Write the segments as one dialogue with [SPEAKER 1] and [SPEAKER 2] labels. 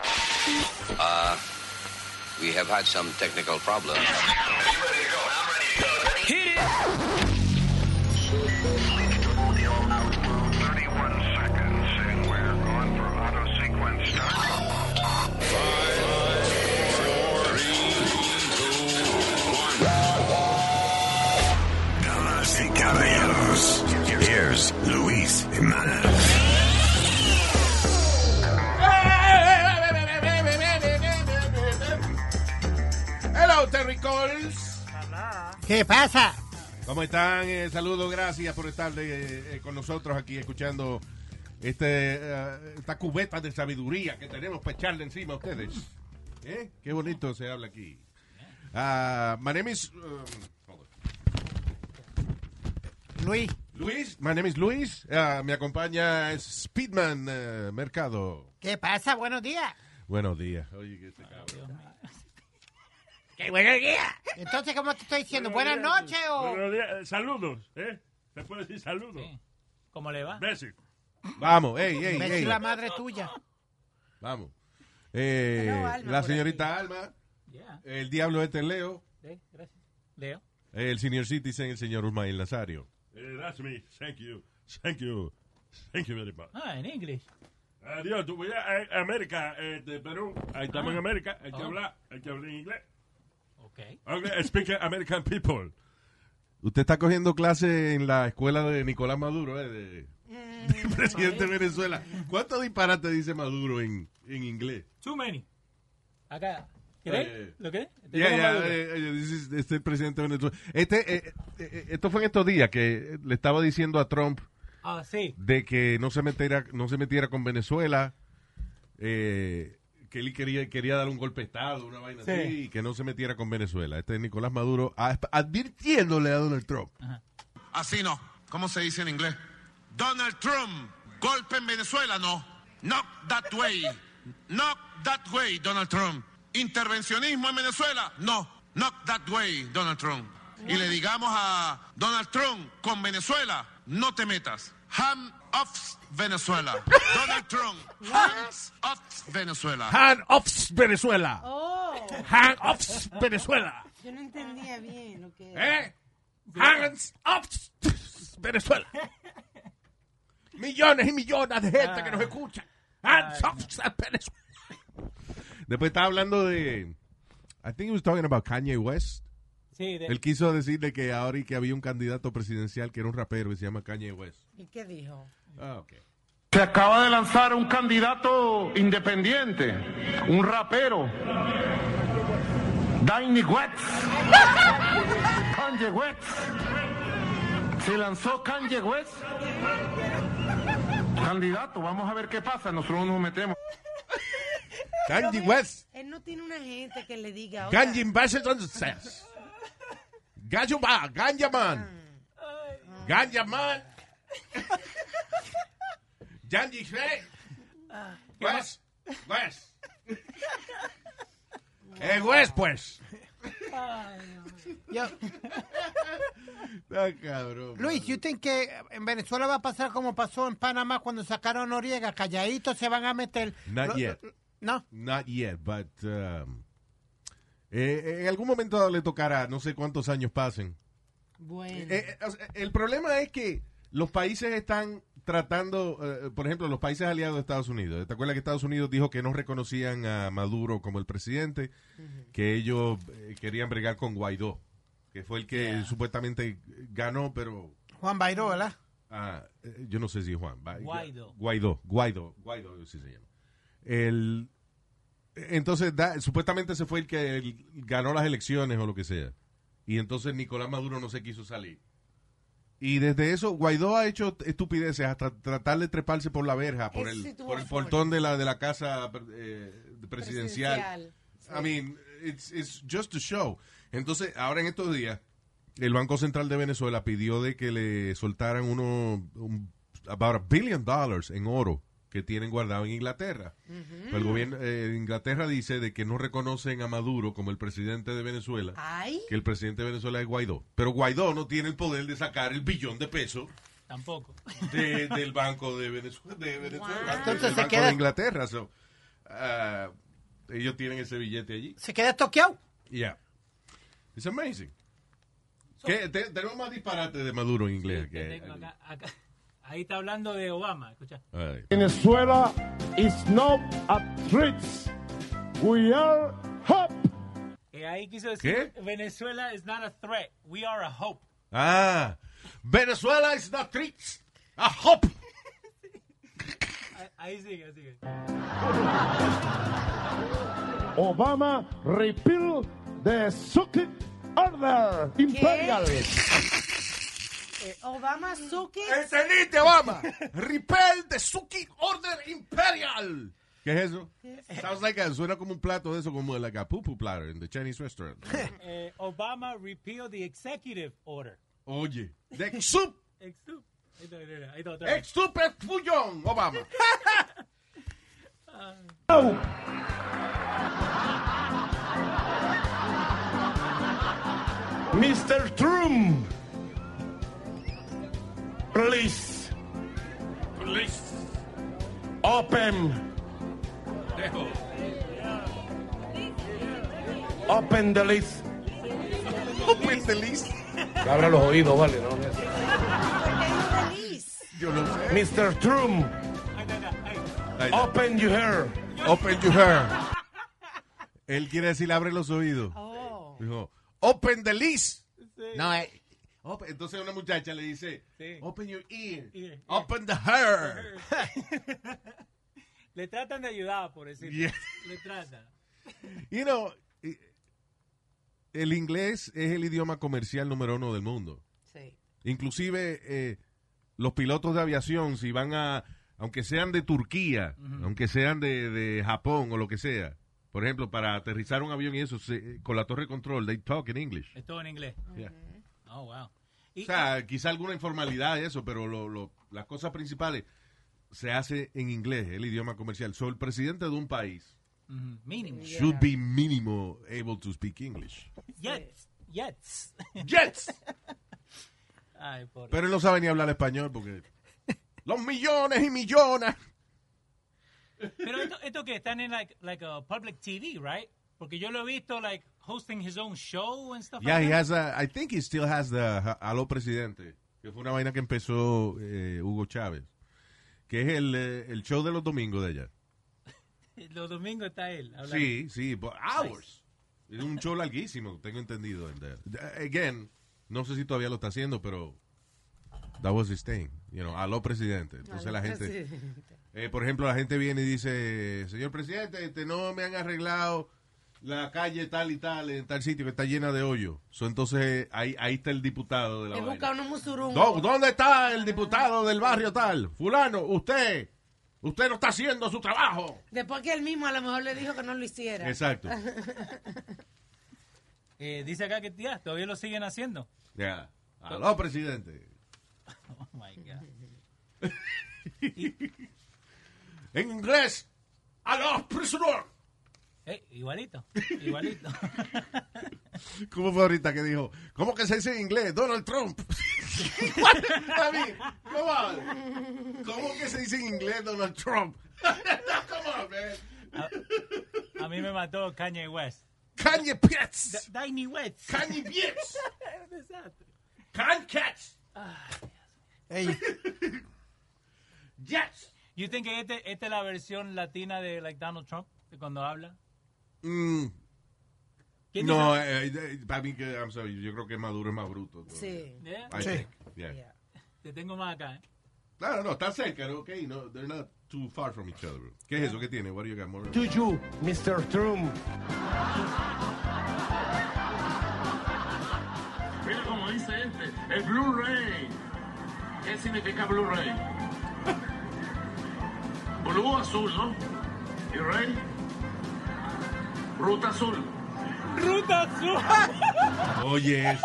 [SPEAKER 1] Uh, we have had some technical problems.
[SPEAKER 2] Hit it!
[SPEAKER 3] Damas y caballeros, here's Luis Jimenez.
[SPEAKER 4] Hello, Terry Coles.
[SPEAKER 5] ¿Qué pasa?
[SPEAKER 4] ¿Cómo están? Eh, saludos, gracias por estar de- eh, con nosotros aquí escuchando este, eh, esta cubeta de sabiduría que tenemos para echarle encima a ustedes. ¿Eh? Qué bonito se habla aquí. Ah, my name is... um, hold on.
[SPEAKER 5] Luis.
[SPEAKER 4] Luis, my name is Luis. Ah, me acompaña Speedman eh, Mercado.
[SPEAKER 5] ¿Qué pasa? Buenos días.
[SPEAKER 4] Buenos días. Oye, que este cabrón.
[SPEAKER 5] ¡Qué buenos días! Entonces, ¿cómo te estoy diciendo? ¿Buenas noches o...?
[SPEAKER 6] Buenos días, eh, saludos, ¿eh? Se puede decir saludos.
[SPEAKER 7] ¿Cómo le va?
[SPEAKER 6] Besi.
[SPEAKER 4] Vamos, ey, ey,
[SPEAKER 5] Bessie,
[SPEAKER 4] ey.
[SPEAKER 5] la madre tuya.
[SPEAKER 4] Vamos. Eh,
[SPEAKER 5] Hello, Alma,
[SPEAKER 4] la
[SPEAKER 5] por
[SPEAKER 4] señorita
[SPEAKER 5] aquí.
[SPEAKER 4] Alma,
[SPEAKER 7] Yeah.
[SPEAKER 4] el diablo este Leo,
[SPEAKER 7] Sí, gracias. Leo.
[SPEAKER 4] el senior citizen, el señor Usmail Nazario.
[SPEAKER 6] Eh, that's me. Thank you. Thank you. Thank you very much.
[SPEAKER 7] Ah, en inglés.
[SPEAKER 6] Adiós. Tú voy a a- América, eh, de Perú. Ahí estamos
[SPEAKER 7] Ah.
[SPEAKER 6] en América. Hay que
[SPEAKER 7] Oh.
[SPEAKER 6] hablar. Hay que hablar en inglés.
[SPEAKER 7] Ok.
[SPEAKER 6] Okay, speak American people.
[SPEAKER 4] Usted está cogiendo clase en la escuela de Nicolás Maduro, eh, de, de presidente de Venezuela. ¿Cuánto disparate dice Maduro en, en inglés?
[SPEAKER 7] Too many. Acá.
[SPEAKER 4] Eh,
[SPEAKER 7] ¿Querés? ¿Lo querés? Te
[SPEAKER 4] Ya,
[SPEAKER 7] pongo
[SPEAKER 4] ya,
[SPEAKER 7] Maduro.
[SPEAKER 4] eh, eh, this is- este el presidente de Venezuela. Este, eh, eh, esto fue en estos días que le estaba diciendo a Trump
[SPEAKER 7] Ah, sí.
[SPEAKER 4] de que no se metiera, no se metiera con Venezuela, eh, que él quería, quería dar un golpe de Estado, una vaina
[SPEAKER 7] Sí.
[SPEAKER 4] así, y que no se metiera con Venezuela. Este es Nicolás Maduro a- advirtiéndole a Donald Trump.
[SPEAKER 8] Así no. ¿Cómo se dice en inglés? Donald Trump, golpe en Venezuela, no. Knock that way. Knock that way, Donald Trump. Intervencionismo en Venezuela, no. Knock that way, Donald Trump. Y le digamos a Donald Trump, con Venezuela, no te metas. Ham off Venezuela. Donald Trump, hands off Venezuela.
[SPEAKER 4] Hand off Venezuela.
[SPEAKER 9] Oh,
[SPEAKER 4] Hand off Venezuela.
[SPEAKER 9] yo no entendía bien lo que era.
[SPEAKER 4] ¿Eh? Hands off Venezuela. Millones y millones de gente que
[SPEAKER 9] Ah.
[SPEAKER 4] nos escucha. Hands off Venezuela. Después estaba hablando de. I think he was talking about Kanye West.
[SPEAKER 7] Sí, de-
[SPEAKER 4] Él quiso decirle que ahora y que había un candidato presidencial que era un rapero y se llama Kanye West.
[SPEAKER 9] ¿Y qué dijo?
[SPEAKER 4] Ah, ok.
[SPEAKER 10] Se acaba de lanzar un candidato independiente, un rapero, Danny West, Kanye West. Se lanzó Kanye West, candidato. Vamos a ver qué pasa. Nosotros nos metemos.
[SPEAKER 4] Kanye West.
[SPEAKER 9] Él no tiene una gente que le diga. oiga,
[SPEAKER 4] Kanye Washington says. Gallo va, Ganja Man. Ganja Man. Yanji Fe.
[SPEAKER 5] Ah,
[SPEAKER 4] West. West. El West, pues.
[SPEAKER 5] Yo-
[SPEAKER 4] Ah, cabrón.
[SPEAKER 5] Luis, ¿you think que en Venezuela va a pasar como pasó en Panamá cuando sacaron a Noriega? Calladitos se van a meter.
[SPEAKER 4] Not
[SPEAKER 5] Lo-
[SPEAKER 4] yet.
[SPEAKER 5] No.
[SPEAKER 4] Not yet, but. um, eh, en algún momento le tocará, no sé cuántos años pasen.
[SPEAKER 9] Bueno.
[SPEAKER 4] Eh, eh, o sea, el problema es que los países están tratando, eh, por ejemplo, los países aliados de Estados Unidos. ¿Te acuerdas que Estados Unidos dijo que no reconocían a Maduro como el presidente? Que ellos eh, querían bregar con Guaidó, que fue el que supuestamente ganó, pero
[SPEAKER 5] Juan Bairó, ¿verdad?
[SPEAKER 4] ah, eh, yo no sé si Juan. va-
[SPEAKER 7] Guaidó.
[SPEAKER 4] Guaidó, Guaidó, Guaidó, sí se llama. El, entonces, da- supuestamente ese fue el que el- ganó las elecciones o lo que sea. Y entonces Nicolás Maduro no se quiso salir. Y desde eso, Guaidó ha hecho estupideces hasta tratar de treparse por la verja, por
[SPEAKER 9] Ese
[SPEAKER 4] el,
[SPEAKER 9] sí tuvo
[SPEAKER 4] por el
[SPEAKER 9] suerte.
[SPEAKER 4] portón de la, de la casa eh, presidencial.
[SPEAKER 9] Sí.
[SPEAKER 4] I mean, it's, it's just a show. Entonces, ahora en estos días, el Banco Central de Venezuela pidió de que le soltaran uno, un, about a billion dollars en oro que tienen guardado en Inglaterra. Pero El gobierno eh, de Inglaterra dice de que no reconocen a Maduro como el presidente de Venezuela,
[SPEAKER 9] Ay,
[SPEAKER 4] que el presidente de Venezuela es Guaidó. Pero Guaidó no tiene el poder de sacar el billón de pesos
[SPEAKER 7] Tampoco.
[SPEAKER 4] de- del Banco de Venezuela. de Venezuela,
[SPEAKER 9] Wow.
[SPEAKER 4] del
[SPEAKER 5] Entonces se
[SPEAKER 4] Banco
[SPEAKER 5] queda-
[SPEAKER 4] de Inglaterra. so, ah, ellos tienen ese billete allí.
[SPEAKER 5] ¿Se queda toqueado?
[SPEAKER 4] Yeah. It's amazing. ¿Qué? Te- tenemos más disparate de Maduro en inglés.
[SPEAKER 7] Que
[SPEAKER 4] que-
[SPEAKER 7] tengo acá- acá- Ahí está hablando de Obama, escucha.
[SPEAKER 4] Ay.
[SPEAKER 10] Venezuela is not a threat. We are hope.
[SPEAKER 7] Que ahí quiso decir,
[SPEAKER 4] ¿Qué?
[SPEAKER 7] Venezuela is not a threat, we are a hope.
[SPEAKER 4] Ah, Venezuela is not tricks. A hop.
[SPEAKER 7] Ah, Ahí sigue, sigue.
[SPEAKER 10] Obama repeal the Soviet order imperial.
[SPEAKER 9] Obama Suki.
[SPEAKER 4] Excelente, Obama. Repel the Suki Order Imperial. ¿Qué es eso? Sounds like a- suena como un plato de eso, como like a poo-poo platter in the Chinese restaurant.
[SPEAKER 7] Eh, Obama repealed the executive order.
[SPEAKER 4] Oye, de sup,
[SPEAKER 7] Ex- Ahí está, mira, mira, ahí está otra vez.
[SPEAKER 4] ex super fullón, Obama.
[SPEAKER 10] Mr. Trump, please,
[SPEAKER 4] Please,
[SPEAKER 10] open,
[SPEAKER 4] dejo.
[SPEAKER 10] open the list.
[SPEAKER 4] Open the list.
[SPEAKER 10] Abra los oídos, vale, ¿no?
[SPEAKER 9] Liz.
[SPEAKER 4] Yo no sé.
[SPEAKER 10] Mr. Trump,
[SPEAKER 7] Ahí está, ahí está, ahí.
[SPEAKER 4] Ahí está.
[SPEAKER 10] open your hair.
[SPEAKER 4] Open your hair. Él quiere decir abre los oídos.
[SPEAKER 9] Oh.
[SPEAKER 4] Dijo, open the list. No, eh, op- entonces una muchacha le dice,
[SPEAKER 7] Sí.
[SPEAKER 4] open your ear,
[SPEAKER 7] Ear, yeah.
[SPEAKER 4] open the hair.
[SPEAKER 7] Le tratan de ayudar, por decirlo.
[SPEAKER 4] Yeah.
[SPEAKER 7] Le tratan.
[SPEAKER 4] You know, eh, el inglés es el idioma comercial número uno del mundo.
[SPEAKER 9] Sí.
[SPEAKER 4] Inclusive eh, los pilotos de aviación, si van a, aunque sean de Turquía, aunque sean de, de Japón o lo que sea, por ejemplo, para aterrizar un avión y eso, se- con la torre control, they talk in English.
[SPEAKER 7] Es todo en inglés.
[SPEAKER 4] Yeah.
[SPEAKER 7] Oh, wow.
[SPEAKER 4] O
[SPEAKER 7] Y, ah,
[SPEAKER 4] sea, quizá alguna informalidad de eso, pero lo- lo- las cosas principales se hace en inglés, el idioma comercial. So, el presidente de un país
[SPEAKER 7] Ujú, mínimo.
[SPEAKER 4] should be mínimo able to speak English.
[SPEAKER 7] Yes. Yes.
[SPEAKER 4] ¡Yes!
[SPEAKER 7] Ay, pobre.
[SPEAKER 4] Pero él no sabe ni hablar español porque... ¡Los millones y millones!
[SPEAKER 7] Pero esto, esto que están en like, like a public TV, right? Porque yo lo he visto like hosting his own show and stuff.
[SPEAKER 4] Yeah,
[SPEAKER 7] like
[SPEAKER 4] he
[SPEAKER 7] that.
[SPEAKER 4] has a... I think he still has the ha- Aló Presidente, que fue una vaina que empezó eh, Hugo Chávez, que es el, eh, el show de los domingos de allá.
[SPEAKER 7] Los domingos está él. hablando.
[SPEAKER 4] Sí, sí, por hours. Es un show larguísimo, tengo entendido. el de él. Again, no sé si todavía lo está haciendo, pero that was his thing. You know, aló presidente. Entonces la gente, eh, por ejemplo, la gente viene y dice, señor presidente, este, no me han arreglado la calle tal y tal en tal sitio que está llena de hoyos. So, entonces ahí, ahí está el diputado de la
[SPEAKER 9] Le
[SPEAKER 4] vaina.
[SPEAKER 9] busca uno musurungo.
[SPEAKER 4] Do- ¿Dónde está el diputado del barrio tal? Fulano, usted, usted no está haciendo su trabajo.
[SPEAKER 9] Después que él mismo a lo mejor le dijo que no lo hiciera.
[SPEAKER 4] Exacto.
[SPEAKER 7] Eh, dice acá que ya, todavía lo siguen haciendo.
[SPEAKER 4] Ya. Aló, presidente.
[SPEAKER 7] Oh my God.
[SPEAKER 4] En inglés. Aló, prisoner.
[SPEAKER 7] Eh, igualito. Igualito.
[SPEAKER 4] ¿Cómo fue ahorita que dijo? ¿Cómo que se dice en inglés? Donald Trump. What? Mami, come on. ¿Cómo que se dice en inglés Donald Trump? No, come on, man.
[SPEAKER 7] A mí me mató Kanye West.
[SPEAKER 4] Kanye Pitts.
[SPEAKER 7] Da- Kanye West.
[SPEAKER 4] Kanye Pitts.
[SPEAKER 7] Desastre.
[SPEAKER 4] Kanye Cats.
[SPEAKER 5] Ey,
[SPEAKER 4] Yes.
[SPEAKER 7] You think que este- esta es la versión latina de like Donald Trump de cuando habla?
[SPEAKER 4] Mm,
[SPEAKER 7] ¿Quién
[SPEAKER 4] no,
[SPEAKER 7] dice?
[SPEAKER 4] eh, eh, para mí que, I'm sorry, yo creo que Maduro es más bruto. todavía.
[SPEAKER 9] Sí.
[SPEAKER 7] Yeah,
[SPEAKER 4] I
[SPEAKER 5] Sí.
[SPEAKER 4] think, yeah.
[SPEAKER 9] Yeah.
[SPEAKER 7] ¿Eh? Te tengo más acá. ¿eh?
[SPEAKER 4] Claro, no, están cerca, ¿no? ok, no, they're not too far from each other. bro. ¿Qué es eso? ¿Qué tiene? What do you got more?
[SPEAKER 10] To you, Mr. Trump.
[SPEAKER 2] Mira como dice este, el Blu-ray. ¿Qué significa Blu-ray? Blue azul, ¿no? ¿Y Ray? Ruta azul.
[SPEAKER 7] Ruta azul.
[SPEAKER 4] Oye, eso.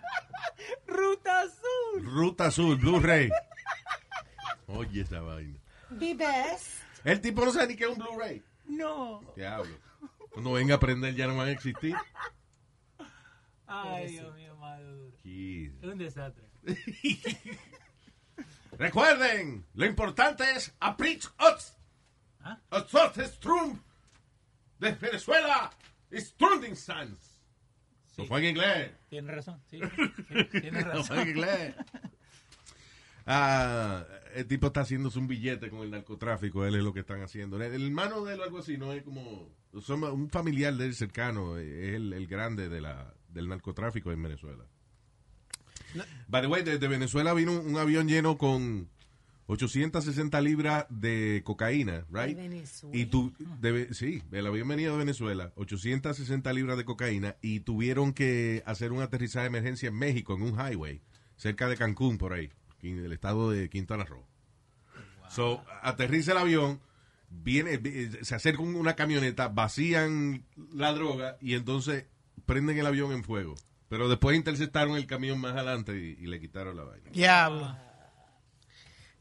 [SPEAKER 7] Ruta azul.
[SPEAKER 4] Ruta Azul, Blu-ray. Oye, esa vaina.
[SPEAKER 9] Be best.
[SPEAKER 4] El tipo no sabe ni qué es un Blu-ray.
[SPEAKER 7] No.
[SPEAKER 4] Diablo. Cuando venga a aprender ya no van a existir.
[SPEAKER 7] Ay, Dios mío, Maduro.
[SPEAKER 4] Jesus.
[SPEAKER 7] Es un desastre.
[SPEAKER 4] Recuerden, lo importante es aprich us.
[SPEAKER 7] ¿Ah?
[SPEAKER 4] Us es Trump de Venezuela. Es Trundingstans. No fue en inglés.
[SPEAKER 7] Tienes razón, sí. sí, Tienes
[SPEAKER 4] No fue en
[SPEAKER 7] razón.
[SPEAKER 4] inglés. Ah, el tipo está haciéndose un billete con el narcotráfico. Él es lo que están haciendo. El, el hermano de él o algo así, no es como... son un familiar de él cercano. eh, Es el, el grande de la, del narcotráfico en Venezuela. By the way, desde Venezuela vino un, un avión lleno con 860 libras de cocaína, right?
[SPEAKER 9] Venezuela.
[SPEAKER 4] Y tu, de- sí, el avión venía de Venezuela, 860 libras de cocaína y tuvieron que hacer un aterrizaje de emergencia en México, en un highway, cerca de Cancún, por ahí, en el estado de Quintana Roo. So, aterriza el avión, viene, eh, se acerca un- una camioneta, vacían la droga y entonces prenden el avión en fuego. Pero después interceptaron el camión más adelante y, y le quitaron la vaina.
[SPEAKER 5] Diablo.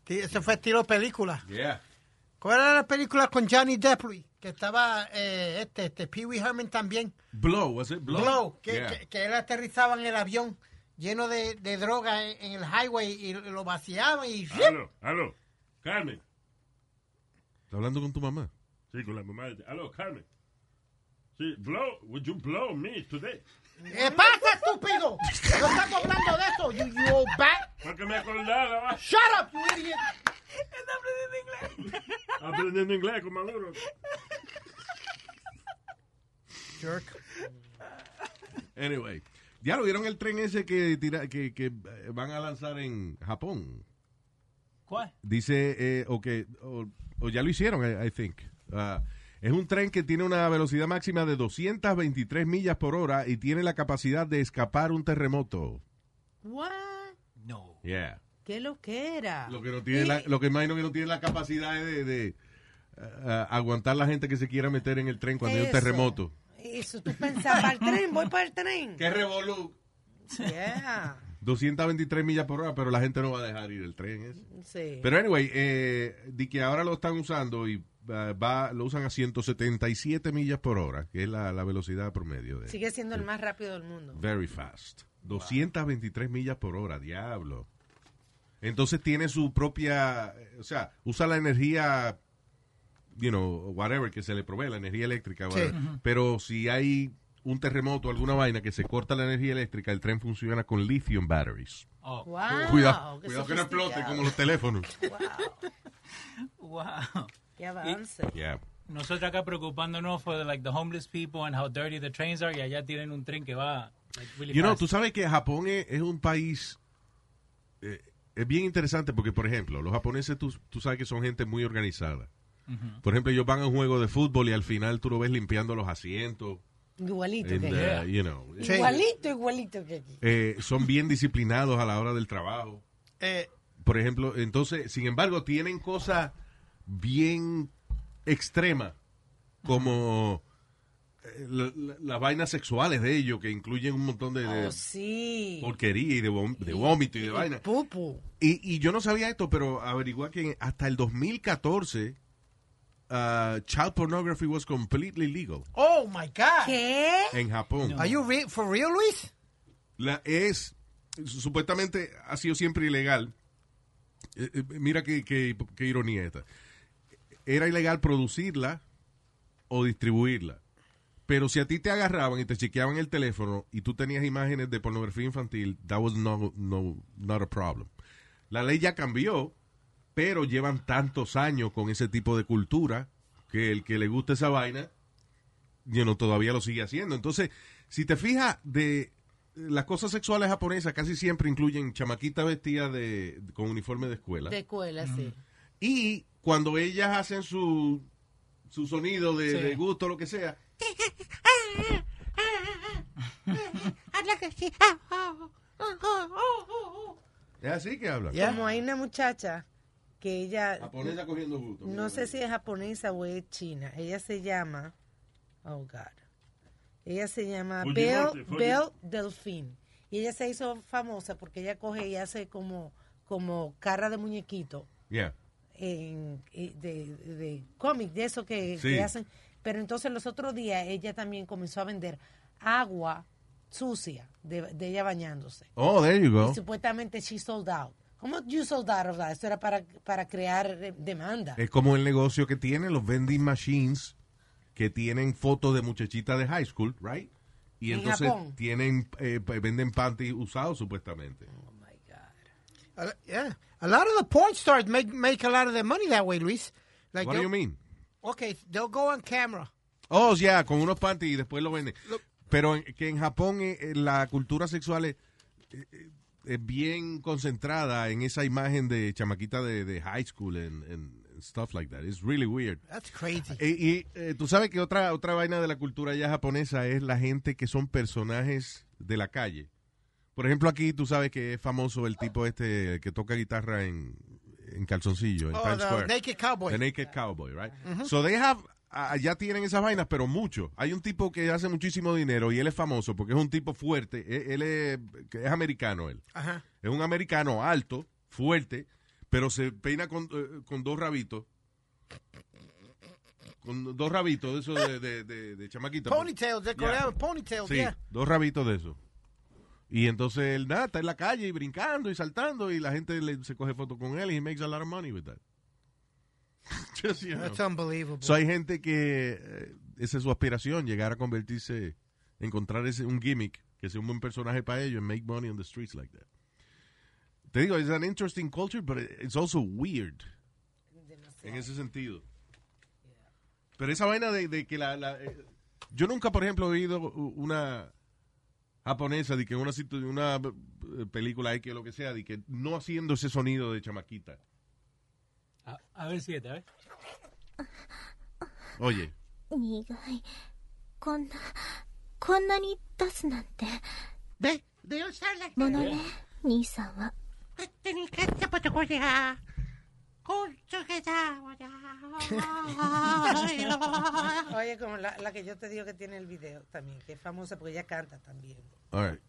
[SPEAKER 5] Sí, Eso fue estilo película.
[SPEAKER 4] Yeah.
[SPEAKER 5] ¿Cuál era la película con Johnny Depp? Luis? Que estaba eh, este, este, Pee Wee Herman también.
[SPEAKER 4] Blow, was it blow?
[SPEAKER 5] Blow, que,
[SPEAKER 4] Yeah.
[SPEAKER 5] que, que él aterrizaba en el avión lleno de, de droga en, en el highway y lo vaciaban y...
[SPEAKER 4] Ah,
[SPEAKER 6] Aló, aló. Carmen.
[SPEAKER 4] ¿Está hablando con tu mamá?
[SPEAKER 6] Sí, con la mamá. de- Aló, Carmen. Sí, blow. Would you blow me today?
[SPEAKER 5] ¿Qué pasa, estúpido? No estamos hablando de eso. You, you old bat.
[SPEAKER 6] Porque me acordaba.
[SPEAKER 5] Shut up, you idiot.
[SPEAKER 6] Aprendiendo inglés con Maduro.
[SPEAKER 5] Jerk.
[SPEAKER 4] Anyway, ya lo vieron el tren ese que, tira- que, que eh, van a lanzar en Japón.
[SPEAKER 7] ¿Cuál?
[SPEAKER 4] Dice, eh, o que- o, o ya lo hicieron, I, I think. Ah, es un tren que tiene una velocidad máxima de 223 millas por hora y tiene la capacidad de escapar un terremoto.
[SPEAKER 9] What?
[SPEAKER 7] No.
[SPEAKER 4] Yeah.
[SPEAKER 9] ¿Qué lo que era?
[SPEAKER 4] Lo que no tiene, la- lo que imagino que no tiene la capacidad es de, de, ah, ah, aguantar la gente que se quiera meter en el tren cuando hay un
[SPEAKER 9] Eso.
[SPEAKER 4] terremoto.
[SPEAKER 9] Eso, tú pensabas, para el tren, voy para el tren.
[SPEAKER 4] ¡Qué revolú!
[SPEAKER 9] Yeah.
[SPEAKER 4] 223 millas por hora, pero la gente no va a dejar ir el tren ese.
[SPEAKER 9] Sí.
[SPEAKER 4] Pero anyway, eh, di que ahora lo están usando y ah, va, lo usan a 177 millas por hora, que es la, la velocidad promedio de
[SPEAKER 9] Sigue siendo el más rápido del mundo.
[SPEAKER 4] Very fast. 223 millas por hora, diablo. Entonces tiene su propia, eh, o sea, usa la energía, you know, whatever que se le provee, la energía eléctrica. whatever. Pero si hay un terremoto o alguna vaina que se corta la energía eléctrica, el tren funciona con lithium batteries.
[SPEAKER 7] Oh,
[SPEAKER 9] Wow.
[SPEAKER 4] cuidado,
[SPEAKER 9] qué
[SPEAKER 4] cuidado que no explote
[SPEAKER 9] sofisticado.
[SPEAKER 4] como los teléfonos.
[SPEAKER 7] wow.
[SPEAKER 9] Qué avance.
[SPEAKER 4] Yeah.
[SPEAKER 7] Nosotros acá preocupándonos for like the homeless people and how dirty the trains are y allá tienen un tren que va like, really
[SPEAKER 4] You know,
[SPEAKER 7] fast.
[SPEAKER 4] tú sabes que Japón es, es un país. eh, es bien interesante porque, por ejemplo, los japoneses tú, tú sabes que son gente muy organizada. Por ejemplo, ellos van a un juego de fútbol y al final tú lo ves limpiando los asientos.
[SPEAKER 9] Igualito
[SPEAKER 4] and,
[SPEAKER 9] que
[SPEAKER 4] uh,
[SPEAKER 9] aquí.
[SPEAKER 4] you know,
[SPEAKER 5] Sí.
[SPEAKER 9] Igualito, igualito que aquí.
[SPEAKER 4] eh, son bien disciplinados a la hora del trabajo.
[SPEAKER 5] Eh,
[SPEAKER 4] Por ejemplo, entonces, sin embargo, tienen cosas bien extremas, como eh, la- la- las vainas sexuales de ellos, que incluyen un montón de, de
[SPEAKER 9] Oh, sí.
[SPEAKER 4] porquería y de, vom- de vómito y de Eh, vaina. Mm.
[SPEAKER 9] Pupu.
[SPEAKER 4] Y, y yo no sabía esto, pero averigua que hasta el 2014 uh, child pornography was completely legal
[SPEAKER 5] oh, my God.
[SPEAKER 9] ¿Qué?
[SPEAKER 4] en Japón.
[SPEAKER 5] Are you re- for real, Luis?
[SPEAKER 4] La es supuestamente ha sido siempre ilegal. Eh, eh, mira qué, qué- qué ironía esta. Era ilegal producirla o distribuirla. Pero si a ti te agarraban y te chequeaban el teléfono y tú tenías imágenes de pornografía infantil, that was no, no, not a problem. La ley ya cambió, pero llevan tantos años con ese tipo de cultura que el que le gusta esa vaina you know, todavía lo sigue haciendo. Entonces, si te fijas, de las cosas sexuales japonesas casi siempre incluyen chamaquita vestida de, con uniforme de escuela.
[SPEAKER 9] De escuela, sí.
[SPEAKER 4] Y cuando ellas hacen su, su sonido de,
[SPEAKER 7] Sí.
[SPEAKER 4] de gusto, lo que sea, es así que hablan.
[SPEAKER 5] Yeah.
[SPEAKER 9] Como hay una muchacha que ella,
[SPEAKER 4] Japonesa cogiendo gusto.
[SPEAKER 9] no sé si es japonesa o es china, ella se llama, oh God, ella se llama
[SPEAKER 6] Fujimoto,
[SPEAKER 9] Belle,
[SPEAKER 6] Fuji-
[SPEAKER 9] Belle Delphine. Y ella se hizo famosa porque ella coge y hace como, como cara de muñequito
[SPEAKER 4] Yeah.
[SPEAKER 9] en- eh, de, de cómic, de eso que,
[SPEAKER 4] Sí.
[SPEAKER 9] que hacen. Pero entonces los otros días ella también comenzó a vender agua sucia de, de ella bañándose.
[SPEAKER 4] Oh, there you go.
[SPEAKER 9] Y supuestamente she sold out. ¿Cómo you sold out of that? Esto era para, para crear eh, demanda.
[SPEAKER 4] Es como el negocio que tienen los vending machines que tienen fotos de muchachitas de high school, right? Y
[SPEAKER 9] En
[SPEAKER 4] entonces
[SPEAKER 9] Japón.
[SPEAKER 4] tienen eh, p- venden panties usados supuestamente.
[SPEAKER 5] A- yeah. A lot of the porn stars make, make a lot of their money that way, Luis. Like
[SPEAKER 4] What do
[SPEAKER 5] they'll-
[SPEAKER 4] you mean?
[SPEAKER 5] Okay, they'll go on camera.
[SPEAKER 4] Oh, ya, con unos panties y después lo venden. Pero en- que en Japón eh, eh, la cultura sexual es, eh, eh, es bien concentrada en esa imagen de chamaquita de, de high school and, and stuff like that. It's really weird.
[SPEAKER 5] That's crazy.
[SPEAKER 4] Eh, Y, eh, tú sabes que otra, otra vaina de la cultura ya japonesa es la gente que son personajes de la calle. Por ejemplo, aquí tú sabes que es famoso el tipo este que toca guitarra en, en calzoncillo, en
[SPEAKER 5] Oh,
[SPEAKER 4] Times
[SPEAKER 5] the
[SPEAKER 4] Square.
[SPEAKER 5] Naked Cowboy.
[SPEAKER 4] The Naked Cowboy, right?
[SPEAKER 5] Ujú.
[SPEAKER 4] So they have, a- allá tienen esas vainas, pero mucho. Hay un tipo que hace muchísimo dinero y él es famoso porque es un tipo fuerte. E- Él, es, que es americano, él.
[SPEAKER 5] Ajá.
[SPEAKER 4] Es un americano alto, fuerte, pero se peina con, eh, con dos rabitos. Con dos rabitos de esos de, de, de, de chamaquita.
[SPEAKER 5] Ponytails, de
[SPEAKER 4] Yeah.
[SPEAKER 5] Corea, ponytails,
[SPEAKER 4] Sí,
[SPEAKER 5] yeah.
[SPEAKER 4] dos rabitos de eso. Y entonces él nada, está en la calle y brincando y saltando y la gente le- se coge foto con él y he makes a lot of money with that. Just, you know.
[SPEAKER 5] That's unbelievable.
[SPEAKER 4] So hay gente que eh, esa es su aspiración, llegar a convertirse, encontrar ese, un gimmick que sea un buen personaje para ellos and make money on the streets like that. Te digo, it's an interesting culture, but it's also weird en ese sentido. Pero esa vaina de, de que la, la- eh, Yo nunca, por ejemplo, he oído u- una japonesa de que una, situ- una eh, película X o lo que sea, de que no haciendo ese sonido de chamaquita.
[SPEAKER 7] A, a ver si esta, ¿eh?
[SPEAKER 4] Oye,
[SPEAKER 11] 苦いこんなこんなに出すなんて
[SPEAKER 5] で
[SPEAKER 11] They don't sound like ものね兄さんは
[SPEAKER 9] Oye, como la, la que yo te digo que tiene el video también, que es famosa porque ella canta también.
[SPEAKER 4] all right.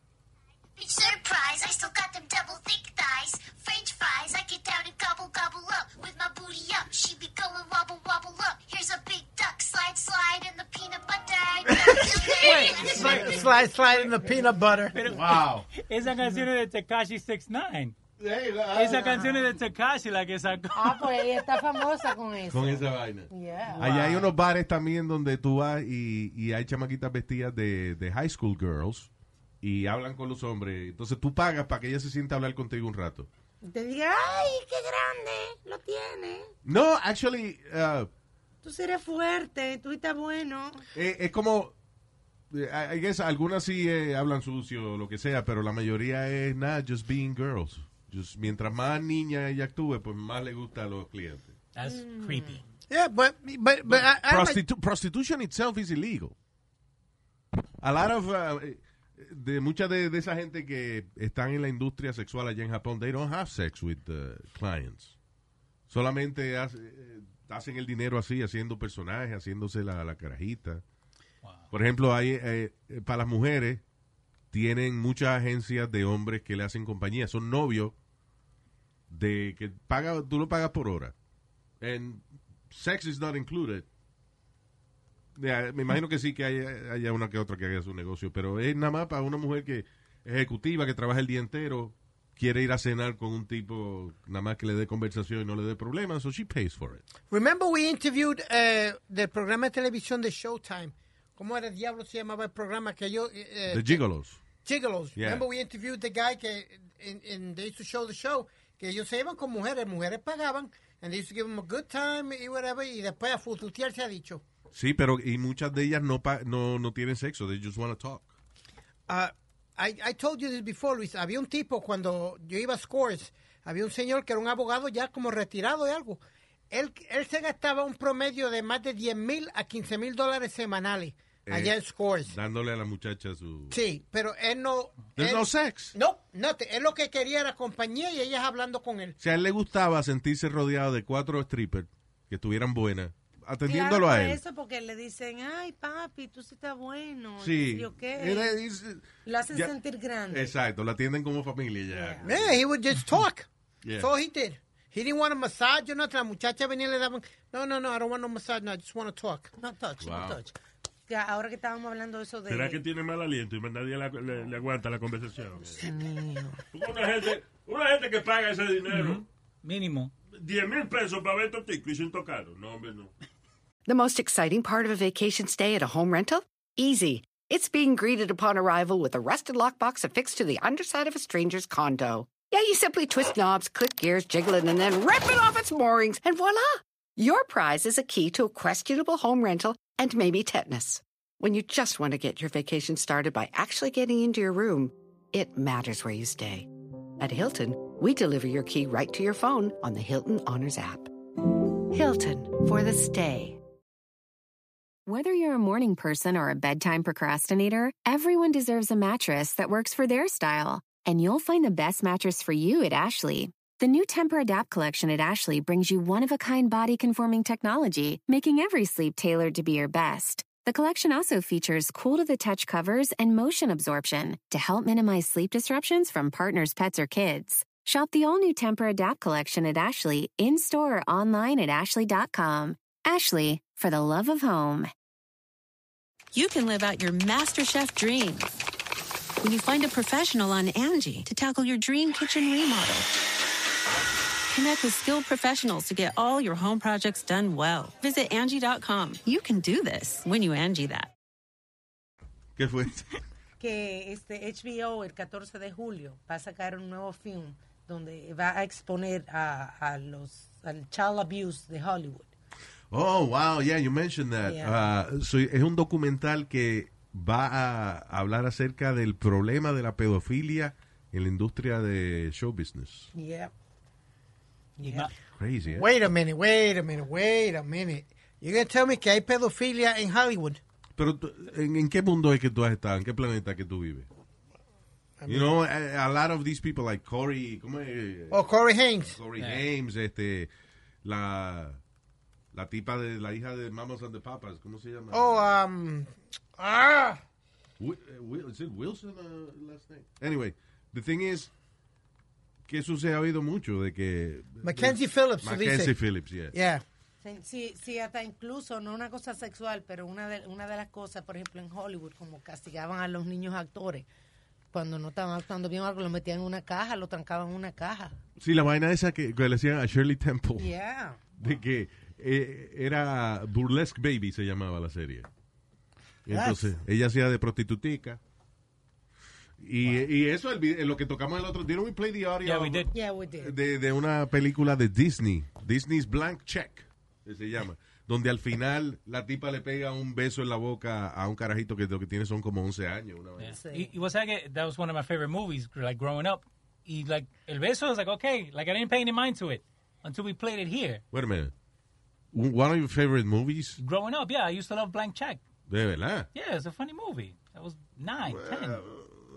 [SPEAKER 12] Surprise! I still got them double thick thighs. French fries, I get down and gobble gobble up. With my booty up, she be going wobble wobble up. Here's a big duck, slide slide in the peanut butter.
[SPEAKER 5] Slide, slide, slide in the peanut butter.
[SPEAKER 7] Wow. Esa canción es de Tekashi 69. Esa canción es de Tekashi la que sacó.
[SPEAKER 9] Ah, pues ella está famosa con eso.
[SPEAKER 4] Con esa vaina.
[SPEAKER 9] Yeah.
[SPEAKER 4] Allá hay unos bares también donde tú vas y, y hay chamaquitas vestidas de, de high school girls y hablan con los hombres. Entonces tú pagas para que ella se sienta a hablar contigo un rato.
[SPEAKER 9] Te diga, ay, qué grande, lo tiene.
[SPEAKER 4] No, actually, uh,
[SPEAKER 9] Tú sí eres fuerte, tú estás bueno.
[SPEAKER 4] eh, es como... eh, I I guess algunas sí eh, hablan sucio o lo que sea, pero la mayoría es nada, just being girls. Just, mientras más niña ella actúe, pues más le gusta a los clientes.
[SPEAKER 7] That's creepy.
[SPEAKER 5] Yeah, but but but I, I like-
[SPEAKER 4] Prostitu- prostitution itself is illegal. A lot of uh, eh, de mucha de, de esa gente que están en la industria sexual allá en Japón, they don't have sex with uh, clients. Solamente hace- eh, hacen el dinero así, haciendo personajes, haciéndose la, la carajita. Por ejemplo, hay eh, eh, para las mujeres tienen muchas agencias de hombres que le hacen compañía, son novios de que paga, tú lo pagas por hora. And sex is not included. Ya, me imagino que sí que haya, haya una que otra que haga su negocio, pero es nada más para una mujer que ejecutiva, que trabaja el día entero, quiere ir a cenar con un tipo nada más que le dé conversación y no le dé problemas, so she pays for it.
[SPEAKER 5] Remember we interviewed eh, del programa de televisión de Showtime. ¿Cómo era diablo se llamaba el programa que yo? eh,
[SPEAKER 4] The gigolos.
[SPEAKER 5] Gigolos.
[SPEAKER 4] Yeah.
[SPEAKER 5] Remember we interviewed the guy que in, in, they used to show the show que ellos se iban con mujeres, mujeres pagaban and they used to give them a good time y whatever y después a fututear se ha dicho.
[SPEAKER 4] Sí, pero y muchas de ellas no pa- no no tienen sexo, they just want to talk.
[SPEAKER 5] Ah, I, I told you this before, Luis. Había un tipo cuando yo iba a Scores, había un señor que era un abogado ya como retirado de algo. Él, él se gastaba un promedio de más de 10 mil a 15 mil dólares semanales allá
[SPEAKER 4] Eh,
[SPEAKER 5] en Scores.
[SPEAKER 4] Dándole a la muchacha su
[SPEAKER 5] Sí, pero él no.
[SPEAKER 4] There's
[SPEAKER 5] él-
[SPEAKER 9] Eh,
[SPEAKER 4] no sex.
[SPEAKER 5] No, no. te- Él lo que quería era compañía y ellas hablando con él.
[SPEAKER 4] O sea, a él le gustaba sentirse rodeado de cuatro strippers que estuvieran buenas, atendiéndolo
[SPEAKER 9] Claro,
[SPEAKER 4] a
[SPEAKER 9] por
[SPEAKER 4] él.
[SPEAKER 9] eso porque le dicen, ay, papi, tú sí estás bueno.
[SPEAKER 4] Sí.
[SPEAKER 9] Yo
[SPEAKER 4] Era-
[SPEAKER 9] qué.
[SPEAKER 4] es-
[SPEAKER 9] Lo hacen
[SPEAKER 4] ya-
[SPEAKER 9] sentir grande.
[SPEAKER 4] Exacto, la atienden como familia ya.
[SPEAKER 5] Yeah, he would just talk.
[SPEAKER 4] Yeah.
[SPEAKER 5] So he did. He didn't want a massage or nothing. La muchacha venía y le daban. No, no, no. I don't want no massage. No, I just want to talk. No touch,
[SPEAKER 4] Wow.
[SPEAKER 5] no touch.
[SPEAKER 9] que ahora que estábamos hablando de eso de...
[SPEAKER 6] ¿Será que tiene mal aliento y más nadie la- le, le aguanta la conversación? Una gente, una gente que paga ese dinero.
[SPEAKER 7] Mínimo.
[SPEAKER 6] 10 mil pesos para ver estos ticos y sin tocarlo. No, hombre, no.
[SPEAKER 13] The most exciting part of a vacation stay at a home rental? Easy. It's being greeted upon arrival with a rusted lockbox affixed to the underside of a stranger's condo. Yeah, you simply twist knobs, click gears, jiggle it, and then rip it off its moorings, and voila! Your prize is a key to a questionable home rental and maybe tetanus. When you just want to get your vacation started by actually getting into your room, it matters where you stay. At Hilton, we deliver your key right to your phone on the Hilton Honors app. Hilton for the stay.
[SPEAKER 14] Whether you're a morning person or a bedtime procrastinator, everyone deserves a mattress that works for their style. And you'll find the best mattress for you at Ashley. The new Temper Adapt collection at Ashley brings you one of a kind body conforming technology, making every sleep tailored to be your best. The collection also features cool to the touch covers and motion absorption to help minimize sleep disruptions from partners, pets, or kids. Shop the all new Temper Adapt collection at Ashley in store or online at ashley.com. Ashley, for the love of home.
[SPEAKER 15] you can live out your MasterChef dream. When you find a professional on Angie to tackle your dream kitchen remodel, connect with skilled professionals to get all your home projects done well. Visit Angie.com. You can do this when you Angie that.
[SPEAKER 4] ¿Qué fue?
[SPEAKER 9] que este HBO el 14 de julio va a sacar un nuevo film donde va a exponer a, a los al child abuse de Hollywood.
[SPEAKER 4] Oh, wow, yeah, you mentioned that.
[SPEAKER 9] Yeah.
[SPEAKER 4] Ah, so, es un documental que va a hablar acerca del problema de la pedofilia en la industria de show business.
[SPEAKER 5] Yeah.
[SPEAKER 4] Crazy, eh?
[SPEAKER 5] Wait a minute, wait a minute, wait a minute. You're gonna tell me que hay pedofilia en Hollywood.
[SPEAKER 4] Pero, tú- ¿en, en qué mundo es que tú has estado? ¿En qué planeta que tú vives? You know, a, a lot of these people like Corey, ¿cómo es?
[SPEAKER 5] Oh, Corey Haynes.
[SPEAKER 9] Eh.
[SPEAKER 4] Corey
[SPEAKER 5] Yeah.
[SPEAKER 4] Hames, este, la, la tipa de, la hija de Mamas and the Papas, ¿cómo se llama?
[SPEAKER 5] Oh, um, ah,
[SPEAKER 4] Wi- eh, Will- is it Wilson uh, last name? Anyway, the thing is que eso se ha oído mucho de que
[SPEAKER 5] Mackenzie Phillips. se
[SPEAKER 4] Mackenzie
[SPEAKER 5] dice.
[SPEAKER 4] Phillips, yeah.
[SPEAKER 5] Yeah.
[SPEAKER 9] Sí, sí, hasta incluso, no una cosa sexual, pero una de, una de las cosas, por ejemplo, en Hollywood, como castigaban a los niños actores, cuando no estaban actuando bien o algo, lo metían en una caja, lo trancaban en una caja.
[SPEAKER 4] Sí, la vaina esa que, que le decían a Shirley Temple
[SPEAKER 9] Yeah.
[SPEAKER 4] de que eh, era Burlesque Baby se llamaba la serie. Entonces, ella hacía de prostitutica. Y, y eso es lo que tocamos el otro. Didn't we play the audio?
[SPEAKER 9] Yeah, we did.
[SPEAKER 4] de, de una película de Disney, Disney's Blank Check, que se llama, donde al final la tipa le pega un beso en la boca a un carajito que lo que tiene son como 11 años. Una vaina.
[SPEAKER 7] Y- y vos sabés que that was one of my favorite movies, like growing up. Y like el beso was like okay, like I didn't pay any mind to it until we played it here.
[SPEAKER 4] Wait a minute. One of your favorite movies?
[SPEAKER 7] Growing up, yeah, I used to love Blank Check.
[SPEAKER 4] De verdad. Uh,
[SPEAKER 7] Yeah, it's a funny movie. I was nine, ten.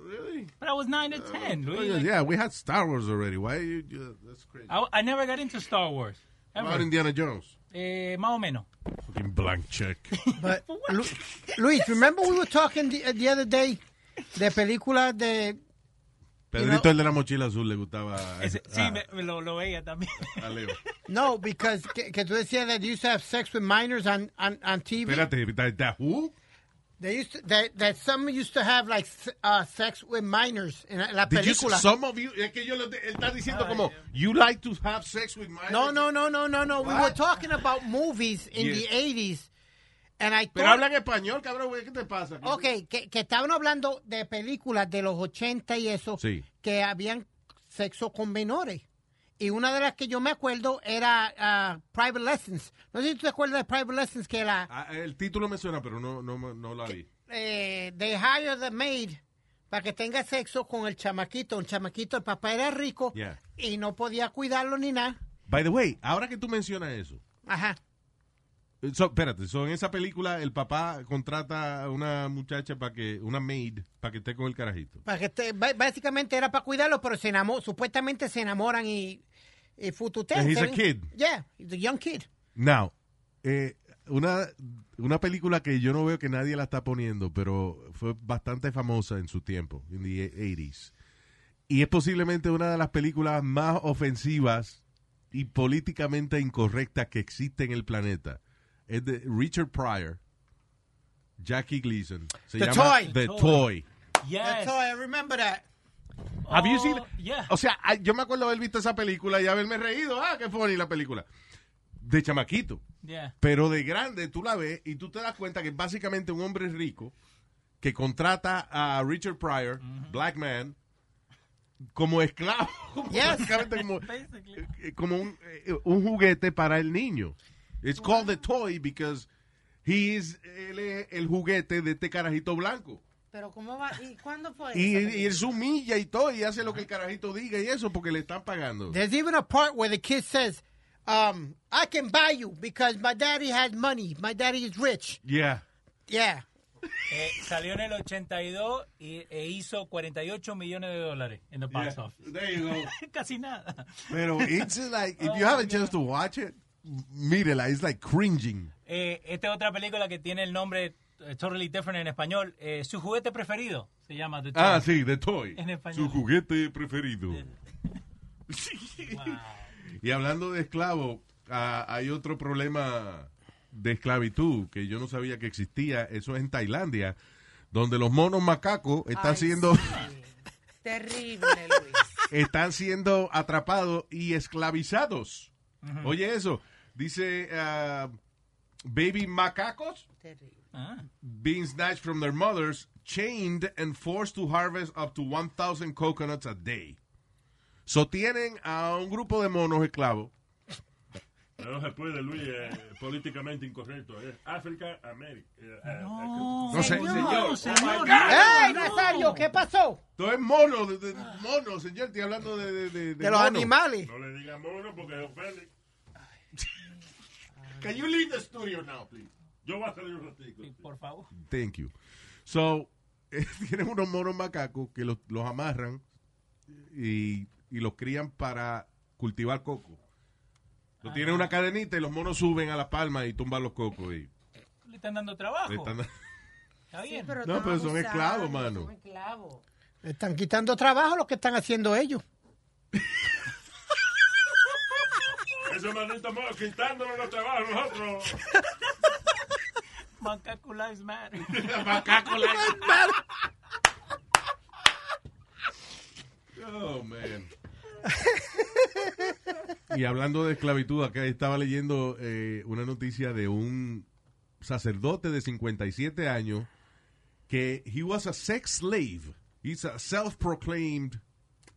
[SPEAKER 7] Really? But I was nine to ten. Louis. Like,
[SPEAKER 4] yeah, we had Star Wars already. Why you, you- that's crazy.
[SPEAKER 7] I, I never got into Star Wars.
[SPEAKER 4] What
[SPEAKER 7] Ever.
[SPEAKER 4] about Indiana Jones?
[SPEAKER 7] Eh, más o menos.
[SPEAKER 4] Fucking Blank Check.
[SPEAKER 5] But Lu- Luis, remember we were talking the, the other day de películas de
[SPEAKER 4] Pedrito el de la mochila azul le gustaba.
[SPEAKER 7] Sí,
[SPEAKER 4] ah,
[SPEAKER 7] me, me lo, lo veía también.
[SPEAKER 4] a Leo.
[SPEAKER 5] no because que, que tú decías that you used to have sex with minors on on, on TV.
[SPEAKER 4] Espérate, that, that who?
[SPEAKER 5] They used to, that that some used to have like s- uh, sex with minors in la
[SPEAKER 4] Did you,
[SPEAKER 5] película.
[SPEAKER 4] some of you, es que yo le, él está diciendo como, you like to have sex with my...
[SPEAKER 5] No, no, no, no, no, no. We were
[SPEAKER 4] What?
[SPEAKER 5] talking about movies in
[SPEAKER 4] Yes.
[SPEAKER 5] the 80s. And I
[SPEAKER 4] Pero
[SPEAKER 5] thought-
[SPEAKER 4] hablan español, cabrón, güey, ¿qué te pasa?
[SPEAKER 5] Ok, que, que estaban hablando de películas de los 80 y eso,
[SPEAKER 4] Sí.
[SPEAKER 5] que habían sexo con menores. Y una de las que yo me acuerdo era ah, Private Lessons. No sé si tú te acuerdas de Private Lessons, que la
[SPEAKER 4] Ah, el título me suena, pero no, no, me- no la vi.
[SPEAKER 5] eh, They Hire the Maid para que tenga sexo con el chamaquito. Un chamaquito, el papá era rico
[SPEAKER 4] Yeah.
[SPEAKER 5] y no podía cuidarlo ni nada.
[SPEAKER 4] By the way, ahora que tú mencionas eso,
[SPEAKER 5] Ajá.
[SPEAKER 4] so, espérate, so, en esa película el papá contrata a una muchacha para que, una maid, para que esté con el carajito.
[SPEAKER 5] Para que esté- ba- básicamente era para cuidarlo, pero se enamor, supuestamente se enamoran y, y fututean.
[SPEAKER 4] And he's
[SPEAKER 5] Se
[SPEAKER 4] a
[SPEAKER 5] ven-
[SPEAKER 4] kid.
[SPEAKER 5] Yeah, he's a young kid.
[SPEAKER 4] Now, eh, una, una película que yo no veo que nadie la está poniendo, pero fue bastante famosa en su tiempo, en the 80s. Y es posiblemente una de las películas más ofensivas y políticamente incorrectas que existe en el planeta. Es de Richard Pryor, Jackie Gleason. Se
[SPEAKER 5] The
[SPEAKER 4] llama
[SPEAKER 5] Toy.
[SPEAKER 4] The
[SPEAKER 5] Toy.
[SPEAKER 4] Toy.
[SPEAKER 5] Yes. I remember that.
[SPEAKER 4] Have you seen-
[SPEAKER 5] Oh, yeah.
[SPEAKER 4] O sea, ah, yo me acuerdo haber visto esa película y haberme reído. Ah, qué funny la película. De chamaquito.
[SPEAKER 7] Yeah.
[SPEAKER 4] Pero de grande tú la ves y tú te das cuenta que es básicamente un hombre rico que contrata a Richard Pryor, black man, como esclavo. Básicamente como, eh, como un, eh, un juguete para el niño. It's called the toy because he is, él es el juguete de este carajito blanco.
[SPEAKER 9] Pero ¿cómo va? ¿Y cuándo fue?
[SPEAKER 4] Y,
[SPEAKER 9] esa
[SPEAKER 4] y él se humilla y todo y hace lo que el carajito diga y eso porque le están pagando.
[SPEAKER 5] There's even a part where the kid says, um, I can buy you because my daddy has money. My daddy is rich.
[SPEAKER 4] Yeah.
[SPEAKER 5] Yeah.
[SPEAKER 7] Eh, salió en el 82 y, e hizo 48 millones de dólares en the box
[SPEAKER 4] Yeah,
[SPEAKER 7] office.
[SPEAKER 4] there you go.
[SPEAKER 7] Casi nada.
[SPEAKER 4] Pero it's like, if you have a chance to watch it, mírela, it's like cringing.
[SPEAKER 7] Eh, esta es otra película que tiene el nombre eh, totally different en español. Eh, su juguete preferido se llama The
[SPEAKER 4] Ah,
[SPEAKER 7] Toy.
[SPEAKER 4] sí, The Toy.
[SPEAKER 7] En español.
[SPEAKER 4] Su juguete preferido. Y hablando de esclavo, ah, hay otro problema de esclavitud que yo no sabía que existía. Eso es en Tailandia, donde los monos macacos están
[SPEAKER 9] Ay,
[SPEAKER 4] siendo...
[SPEAKER 9] Terrible, Luis.
[SPEAKER 4] están siendo atrapados y esclavizados. Oye eso, dice ah, baby macacos
[SPEAKER 9] Terrible.
[SPEAKER 4] being snatched from their mothers, chained and forced to harvest up to 1,000 coconuts a day. So tienen a un grupo de monos esclavos.
[SPEAKER 6] No se puede, Luis, eh, políticamente incorrecto. Es África, América. eh, eh,
[SPEAKER 4] No sé, Señor, señor. señor,
[SPEAKER 6] Oh, my
[SPEAKER 4] no.
[SPEAKER 6] God.
[SPEAKER 5] ¡Ey, Nazario, qué pasó!
[SPEAKER 4] Todo es mono, de, de- mono, señor, estoy hablando de... De, de- de
[SPEAKER 5] De los
[SPEAKER 4] mono.
[SPEAKER 5] animales.
[SPEAKER 6] No le diga mono porque ofende.
[SPEAKER 4] Can you leave the studio now, please?
[SPEAKER 6] Yo voy a salir un ratito.
[SPEAKER 7] Por favor.
[SPEAKER 4] Thank you. So, eh, tienen unos monos macacos que los, los amarran y, y los crían para cultivar coco. Lo tienen
[SPEAKER 5] Ah.
[SPEAKER 4] en una cadenita y los monos suben a la palma y tumban los cocos. Y
[SPEAKER 7] Le están dando trabajo.
[SPEAKER 5] Oh.
[SPEAKER 4] le están-
[SPEAKER 7] Está bien.
[SPEAKER 4] No, pero son esclavos, mano.
[SPEAKER 5] Le Están quitando trabajo lo que están haciendo ellos.
[SPEAKER 6] Ese maldito mono quitándonos los trabajos a nosotros.
[SPEAKER 7] Macaco lives matter.
[SPEAKER 6] Macaco lives
[SPEAKER 7] matter.
[SPEAKER 4] Oh, man. Y hablando de esclavitud, acá estaba leyendo eh, una noticia de un sacerdote de 57 años que he was a sex slave. He's a self-proclaimed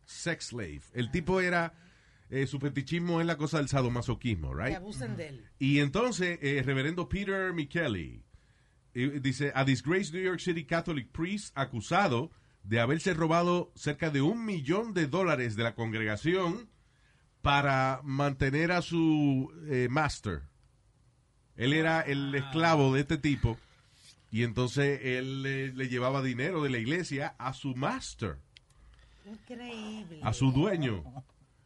[SPEAKER 4] sex slave. El tipo era, eh, su fetichismo es la cosa del sadomasoquismo,
[SPEAKER 9] Que
[SPEAKER 4] right?
[SPEAKER 9] abusen de él.
[SPEAKER 4] Y entonces, eh, reverendo Peter Micheli eh, dice, a disgraced New York City Catholic priest acusado de haberse robado cerca de un millón de dólares de la congregación para mantener a su eh, master. Él era el esclavo de este tipo y entonces él eh, le llevaba dinero de la iglesia a su master,
[SPEAKER 9] Increíble.
[SPEAKER 4] a su dueño.
[SPEAKER 9] Él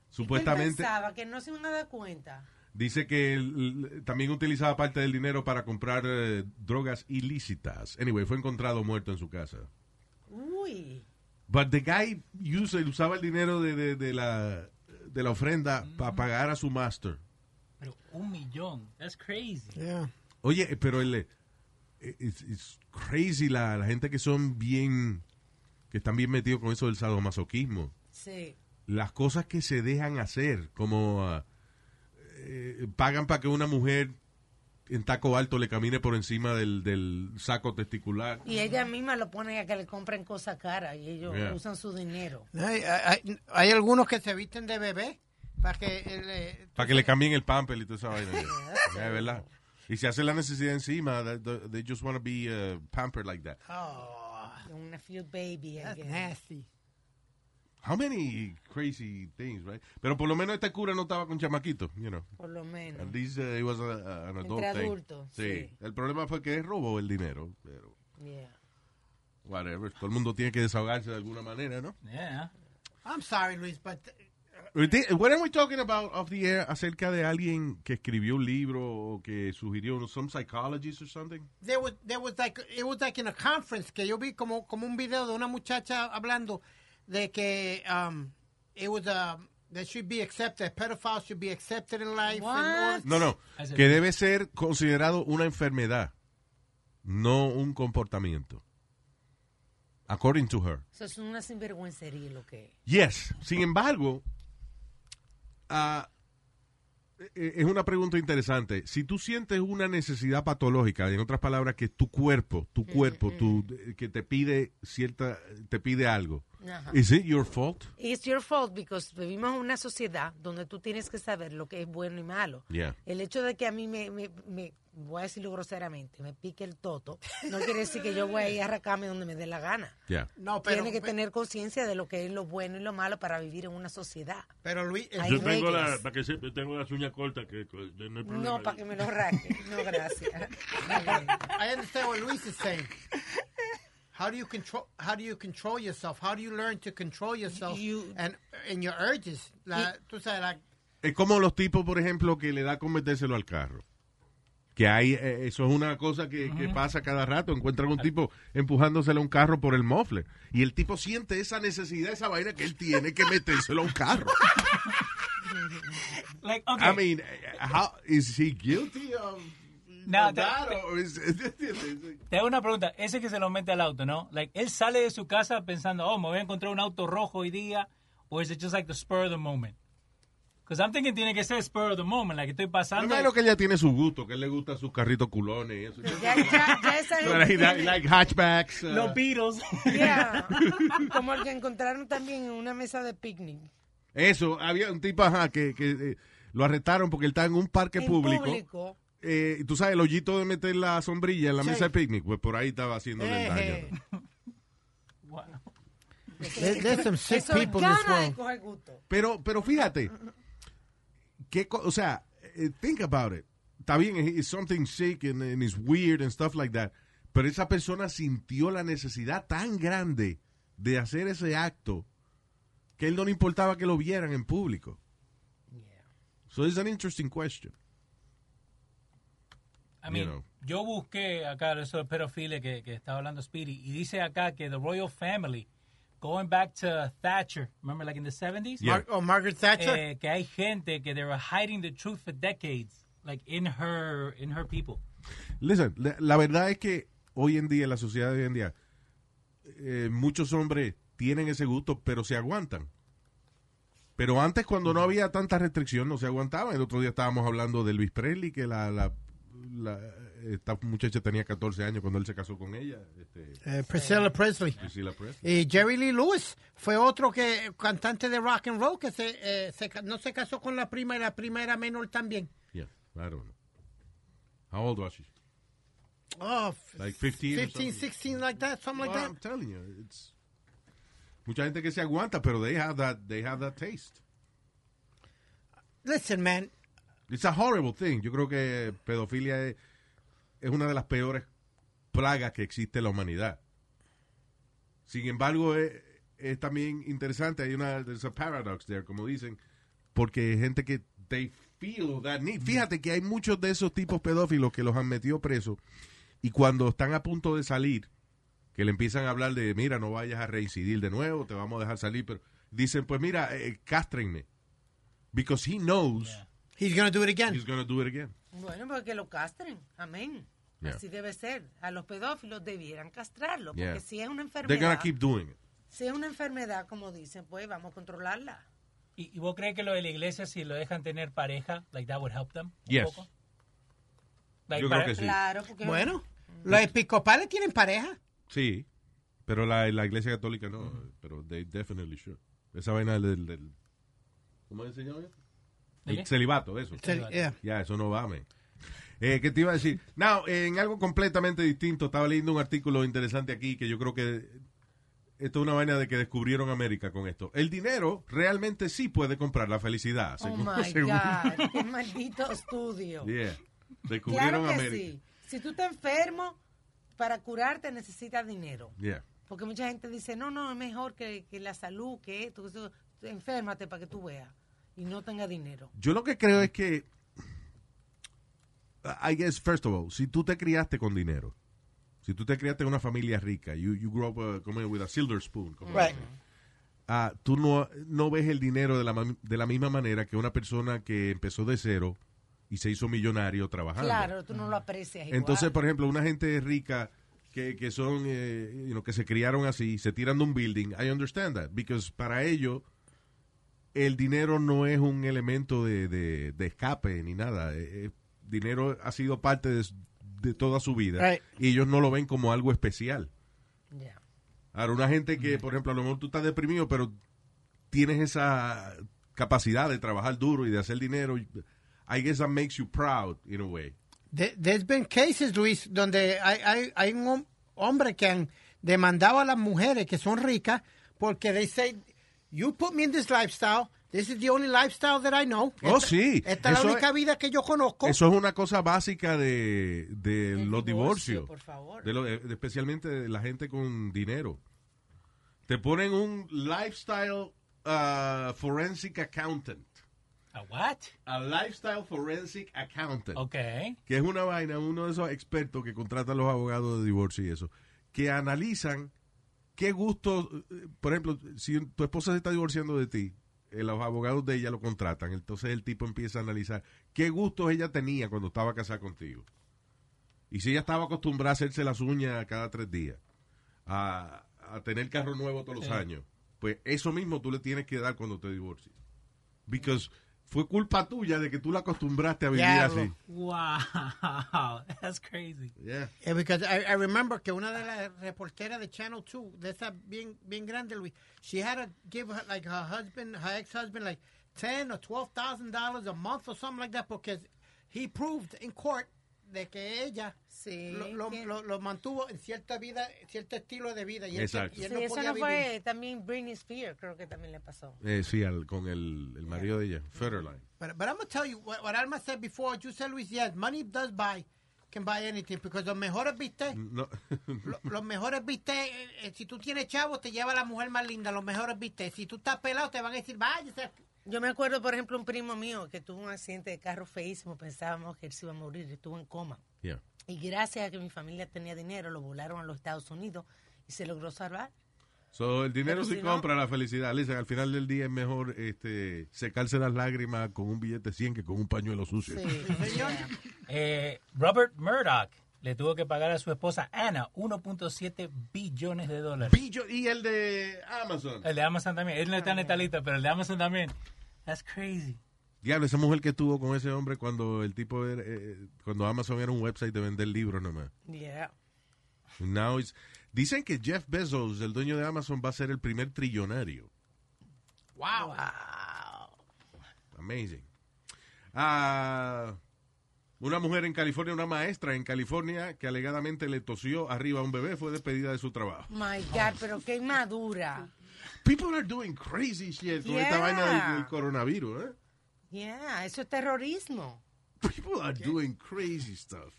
[SPEAKER 4] Supuestamente.
[SPEAKER 9] pensaba que no se iban a dar cuenta.
[SPEAKER 4] Dice que él, también utilizaba parte del dinero para comprar eh, drogas ilícitas. Anyway, fue encontrado muerto en su casa.
[SPEAKER 9] Uy.
[SPEAKER 4] But the guy used- usaba el dinero de, de- de la, de la ofrenda para pagar a su master.
[SPEAKER 7] Pero un millón. That's crazy.
[SPEAKER 4] Oye, eh, pero él... eh, It's, it's crazy la, la gente que son bien... Que están bien metidos con eso del sadomasoquismo.
[SPEAKER 9] Sí.
[SPEAKER 4] Las cosas que se dejan hacer, como... ah, eh, pagan para que una mujer en taco alto le camine por encima del, del saco testicular.
[SPEAKER 9] Y ella misma lo pone a que le compren cosas caras y ellos
[SPEAKER 4] Yeah.
[SPEAKER 9] usan su dinero.
[SPEAKER 5] Hay, hay- hay algunos que se visten de bebé para que... eh, le-
[SPEAKER 4] Para que le cambien el pamper y toda esa vaina. Ya, es verdad. Y si hace la necesidad encima, that- that- they just want to be uh, pampered like that.
[SPEAKER 9] Oh. Una few baby. I guess.
[SPEAKER 4] How many crazy things, right? Pero por lo menos este cura no estaba con chamaquito, you know.
[SPEAKER 9] Por lo menos.
[SPEAKER 4] At least uh, it was a- a- an adult
[SPEAKER 9] Entre
[SPEAKER 4] thing.
[SPEAKER 9] adultos,
[SPEAKER 4] Sí. El problema fue que él robó el dinero, pero
[SPEAKER 9] Yeah.
[SPEAKER 4] whatever. Todo el mundo tiene que desahogarse de alguna manera, ¿no?
[SPEAKER 7] Yeah.
[SPEAKER 5] I'm sorry, Luis, but...
[SPEAKER 4] What are we talking about off the air acerca de alguien que escribió un libro o que sugirió some psychologist or something?
[SPEAKER 5] There was, there was like, it was like in a conference que yo vi como, como un video de una muchacha hablando de que um, it was um, that should be accepted, pedophiles should be accepted in life. and all-
[SPEAKER 4] No, no. Que debe ser considerado una enfermedad. no un comportamiento. According to her.
[SPEAKER 9] Eso es una sinvergüencería lo que es.
[SPEAKER 4] Yes. Sin embargo, ah, e- es una pregunta interesante. Si tú sientes una necesidad patológica, en otras palabras, que tu cuerpo,
[SPEAKER 9] Mm,
[SPEAKER 4] tu cuerpo, tu, eh, que te pide cierta, te pide algo.
[SPEAKER 9] Ajá.
[SPEAKER 4] Is it your fault?
[SPEAKER 9] It's your fault because vivimos en una sociedad donde tú tienes que saber lo que es bueno y malo.
[SPEAKER 4] Yeah.
[SPEAKER 9] El hecho de que a mí me, me- me- voy a decirlo groseramente, me pique el toto, no quiere decir que yo voy a ir a arracarme donde me dé la gana.
[SPEAKER 4] Yeah.
[SPEAKER 5] No, pero-
[SPEAKER 9] Tiene que tener conciencia de lo que es lo bueno y lo malo para vivir en una sociedad.
[SPEAKER 5] Pero Luis,
[SPEAKER 9] Hay
[SPEAKER 6] Yo tengo, la,
[SPEAKER 9] reglas.
[SPEAKER 6] para que sepa, yo tengo las uñas cortas. Que, que no, hay problema.
[SPEAKER 9] No, para que me lo raque. No, gracias.
[SPEAKER 5] I understand what Luis is saying. How do you control? How do you control yourself? How do you learn to control yourself and and your urges? La, tú sabes, la,
[SPEAKER 4] Es como los tipos, por ejemplo, que le da con metérselo al carro. Que hay, eh, eso es una cosa que, que pasa cada rato. Encuentran un tipo empujándosele a un carro por el mofle. Y el tipo siente esa necesidad, esa vaina que él tiene que metérselo a un carro.
[SPEAKER 7] Like, okay.
[SPEAKER 4] I mean, how, is he guilty of
[SPEAKER 7] No,
[SPEAKER 4] of
[SPEAKER 7] te-
[SPEAKER 4] that? or is-
[SPEAKER 7] Te hago una pregunta. Ese que se lo mete al auto, ¿no? Like, él sale de su casa pensando, oh, me voy a encontrar un auto rojo hoy día, o es it just like the spur of the moment? Because I'm thinking tiene que ser spur of the moment, like estoy
[SPEAKER 4] Me
[SPEAKER 7] pasando.
[SPEAKER 4] imagino que ella tiene su gusto, que él le gusta sus carritos culones y eso.
[SPEAKER 9] Ya, ya, ya esa
[SPEAKER 4] Pero he
[SPEAKER 9] gente
[SPEAKER 4] like-
[SPEAKER 9] tiene-
[SPEAKER 4] like hatchbacks. uh,
[SPEAKER 7] Los Beatles.
[SPEAKER 9] Yeah. Como el que encontraron también en una mesa de picnic.
[SPEAKER 4] Eso, había un tipo ajá, que, que, eh, lo arrestaron porque él estaba en un parque
[SPEAKER 9] En
[SPEAKER 4] público.
[SPEAKER 9] público.
[SPEAKER 4] Eh, y tú sabes, el hoyito de meter la sombrilla en la
[SPEAKER 9] Sí.
[SPEAKER 4] mesa de picnic, pues por ahí estaba haciéndole el daño.
[SPEAKER 9] Eje.
[SPEAKER 5] There- there's some sick
[SPEAKER 9] Eso
[SPEAKER 5] people in this
[SPEAKER 9] gana de
[SPEAKER 5] world.
[SPEAKER 9] coger gusto.
[SPEAKER 4] Pero, pero fíjate, que, co- o sea, eh, think about it. Está bien, it's something sick and, and it's weird and stuff like that. Pero esa persona sintió la necesidad tan grande de hacer ese acto que él no le importaba que lo vieran en público. So it's an interesting question.
[SPEAKER 7] I mean,
[SPEAKER 4] You know.
[SPEAKER 7] yo busqué acá esos pedofiles que, que estaba hablando Speedy, y dice acá que the royal family, going back to Thatcher, remember like in the 70s?
[SPEAKER 5] Yeah. Mar- oh, Margaret Thatcher?
[SPEAKER 7] Eh, que hay gente que they were hiding the truth for decades, like in her, in her people.
[SPEAKER 4] Listen, la, la verdad es que hoy en día, en la sociedad de hoy en día, eh, muchos hombres tienen ese gusto, pero se aguantan. Pero antes, cuando no había tanta restricción, no se aguantaban. El otro día estábamos hablando de Luis Presley, que la, la- la- esta muchacha tenía 14 años cuando él se casó con ella. Este,
[SPEAKER 5] eh, Priscilla Presley.
[SPEAKER 4] Priscilla Presley.
[SPEAKER 5] Y Jerry Lee Lewis fue otro que cantante de rock and roll que se, eh, se ca- no se casó con la prima y la prima era menor también.
[SPEAKER 4] Yeah, I don't know. How old was she?
[SPEAKER 5] Oh,
[SPEAKER 4] Like 15 or
[SPEAKER 5] 15,
[SPEAKER 4] something?
[SPEAKER 5] 16, like that, something like
[SPEAKER 4] Well,
[SPEAKER 5] that.
[SPEAKER 4] I'm telling you, it's- Mucha gente que se aguanta, pero they have that, they have that taste.
[SPEAKER 5] Listen, man,
[SPEAKER 4] It's a horrible thing. Yo creo que pedofilia es, es una de las peores plagas que existe en la humanidad. Sin embargo, es, es también interesante. Hay una there's a paradox there, como dicen, porque hay gente que they feel that need. Fíjate que hay muchos de esos tipos pedófilos que los han metido presos y cuando están a punto de salir, que le empiezan a hablar de, mira, no vayas a reincidir de nuevo, te vamos a dejar salir, pero dicen, pues mira, eh, castrenme. Because he knows
[SPEAKER 5] he's going to do it again.
[SPEAKER 4] He's gonna do it again.
[SPEAKER 9] Bueno, porque que lo castren. Amén.
[SPEAKER 4] Yeah.
[SPEAKER 9] Así debe ser. A los pedófilos debieran castrarlo. Porque
[SPEAKER 4] Yeah.
[SPEAKER 9] si es una
[SPEAKER 4] They're gonna
[SPEAKER 9] enfermedad,
[SPEAKER 4] keep doing it.
[SPEAKER 9] si es una enfermedad, como dicen, pues vamos a controlarla.
[SPEAKER 7] ¿Y, y vos crees que lo de la iglesia, si lo dejan tener pareja, like that would help them? un
[SPEAKER 4] Yes.
[SPEAKER 7] poco? Like
[SPEAKER 4] Yo creo
[SPEAKER 7] para-
[SPEAKER 4] que sí. Claro,
[SPEAKER 9] porque-
[SPEAKER 5] Bueno, los episcopales tienen pareja.
[SPEAKER 4] Sí, pero la, la iglesia católica no, pero they definitely should. Esa vaina del... del- ¿Cómo es el señor?
[SPEAKER 3] ¿De
[SPEAKER 4] El
[SPEAKER 3] qué?
[SPEAKER 4] celibato, eso.
[SPEAKER 3] Cel- yeah.
[SPEAKER 4] Ya, eso no va, man. Eh, ¿Qué te iba a decir? Now, eh, en algo completamente distinto, estaba leyendo un artículo interesante aquí que yo creo que esto es una vaina de que descubrieron América con esto. El dinero realmente sí puede comprar la felicidad.
[SPEAKER 9] Oh
[SPEAKER 4] según-
[SPEAKER 9] my
[SPEAKER 4] según-
[SPEAKER 9] God. Qué maldito estudio.
[SPEAKER 4] Yeah. Descubrieron
[SPEAKER 9] Claro que
[SPEAKER 4] América.
[SPEAKER 9] sí. Si tú te enfermo, para curarte necesitas dinero.
[SPEAKER 4] Yeah.
[SPEAKER 9] Porque mucha gente dice, no, no, es mejor que, que la salud, que esto, que eso. Enférmate para que tú veas y no tengas dinero.
[SPEAKER 4] Yo lo que creo es que, I guess, first of all, si tú te criaste con dinero, si tú te criaste en una familia rica, you, you grew up uh, como with a silver spoon, como
[SPEAKER 5] Right.
[SPEAKER 4] dicen, ah, tú no, no ves el dinero de la, mam- de la misma manera que una persona que empezó de cero y se hizo millonario trabajando.
[SPEAKER 9] Claro, tú no lo aprecias. Igual.
[SPEAKER 4] Ah, Entonces, por ejemplo, una gente rica que, que son, eh, you know, que se criaron así, se tiran de un building, I understand that, because para ellos el dinero no es un elemento de, de- de escape ni nada. Eh, eh, dinero ha sido parte de, s- de toda su vida
[SPEAKER 16] Right.
[SPEAKER 4] y ellos no lo ven como algo especial.
[SPEAKER 9] Yeah.
[SPEAKER 4] Ahora, una gente que, por ejemplo, a lo mejor tú estás deprimido, pero tienes esa capacidad de trabajar duro y de hacer dinero, I guess that makes you proud in a way.
[SPEAKER 5] There- There's been cases, Luis, donde hay, hay, hay un hom- hombre que han demandado a las mujeres que son ricas porque they say, you put me in this lifestyle, this is the only lifestyle that I know.
[SPEAKER 4] Oh,
[SPEAKER 5] Esta-
[SPEAKER 4] sí.
[SPEAKER 5] Esta es la
[SPEAKER 4] Eso
[SPEAKER 5] única vida que yo conozco.
[SPEAKER 4] Eso es una cosa básica de, de los
[SPEAKER 5] divorcio,
[SPEAKER 4] divorcios.
[SPEAKER 5] por favor.
[SPEAKER 4] De lo- eh, de- especialmente de la gente con dinero. Te ponen un lifestyle uh, forensic accountant.
[SPEAKER 7] ¿A what?
[SPEAKER 4] A lifestyle forensic accountant.
[SPEAKER 7] Okay.
[SPEAKER 4] Que es una vaina, uno de esos expertos que contratan los abogados de divorcio y eso. Que analizan qué gusto, eh, por ejemplo, si tu esposa se está divorciando de ti, eh, los abogados de ella lo contratan. Entonces el tipo empieza a analizar qué gustos ella tenía cuando estaba casada contigo. Y si ella estaba acostumbrada a hacerse las uñas cada tres días, a, a tener carro nuevo todos los
[SPEAKER 3] Sí.
[SPEAKER 4] años, pues eso mismo tú le tienes que dar cuando te divorcies. Because fue culpa tuya de que tú la acostumbraste a vivir
[SPEAKER 5] Diablo.
[SPEAKER 4] así.
[SPEAKER 7] Wow, that's crazy.
[SPEAKER 4] Yeah.
[SPEAKER 5] Eh, because I, I remember que una de las reporteras de Channel 2, de esa bien, bien grande, Luis, she had to give her, like her husband, her ex-husband, like 10 or 12 thousand dollars a month or something like that because he proved in court de que ella lo, lo- lo- lo mantuvo en cierta vida, cierto estilo de vida. Y él-
[SPEAKER 4] Exacto.
[SPEAKER 5] y él
[SPEAKER 9] Sí,
[SPEAKER 5] no
[SPEAKER 9] eso
[SPEAKER 5] podía
[SPEAKER 9] no fue
[SPEAKER 5] vivir.
[SPEAKER 9] también Britney Spears, creo que también le pasó.
[SPEAKER 4] Eh, sí, al- con el, el marido de ella, Federline.
[SPEAKER 5] But, but I'm going to tell you what, what Alma said before. You said, Luis, yes, money does buy, can buy anything because los mejores viste.
[SPEAKER 4] No.
[SPEAKER 5] Lo- los mejores viste, eh, eh, si tú tienes chavo, te lleva la mujer más linda, los mejores viste. Si tú estás pelado, te van a decir, váyase.
[SPEAKER 9] Yo me acuerdo, por ejemplo, un primo mío que tuvo un accidente de carro feísimo, pensábamos que él se iba a morir, estuvo en coma.
[SPEAKER 4] Yeah.
[SPEAKER 9] Y gracias a que mi familia tenía dinero, lo volaron a los Estados Unidos y se logró salvar.
[SPEAKER 4] So, el dinero
[SPEAKER 9] Pero
[SPEAKER 4] sí
[SPEAKER 9] si no-
[SPEAKER 4] compra la felicidad. Listen, al final del día es mejor este, secarse las lágrimas con un billete 100 que con un pañuelo sucio.
[SPEAKER 7] Eh, Robert Murdoch le tuvo que pagar a su esposa Anna 1.7 billones de dólares.
[SPEAKER 4] y el de Amazon.
[SPEAKER 7] El de Amazon también. Él no está en
[SPEAKER 9] Ah,
[SPEAKER 7] esta lista, pero el de Amazon también. That's crazy.
[SPEAKER 4] Diablo, esa mujer que estuvo con ese hombre cuando el tipo era, eh, cuando Amazon era un website de vender libros nomás.
[SPEAKER 9] Yeah.
[SPEAKER 4] Now it's- dicen que Jeff Bezos, el dueño de Amazon, va a ser el primer trillonario.
[SPEAKER 5] Wow.
[SPEAKER 4] Amazing. Ah, una mujer en California, una maestra en California que alegadamente le tosió arriba a un bebé, fue despedida de su trabajo.
[SPEAKER 9] My God, pero qué inmadura.
[SPEAKER 4] People are doing crazy shit con esta
[SPEAKER 9] Yeah.
[SPEAKER 4] vaina del, del coronavirus, ¿eh?
[SPEAKER 9] Yeah, eso es terrorismo.
[SPEAKER 4] People are doing crazy stuff.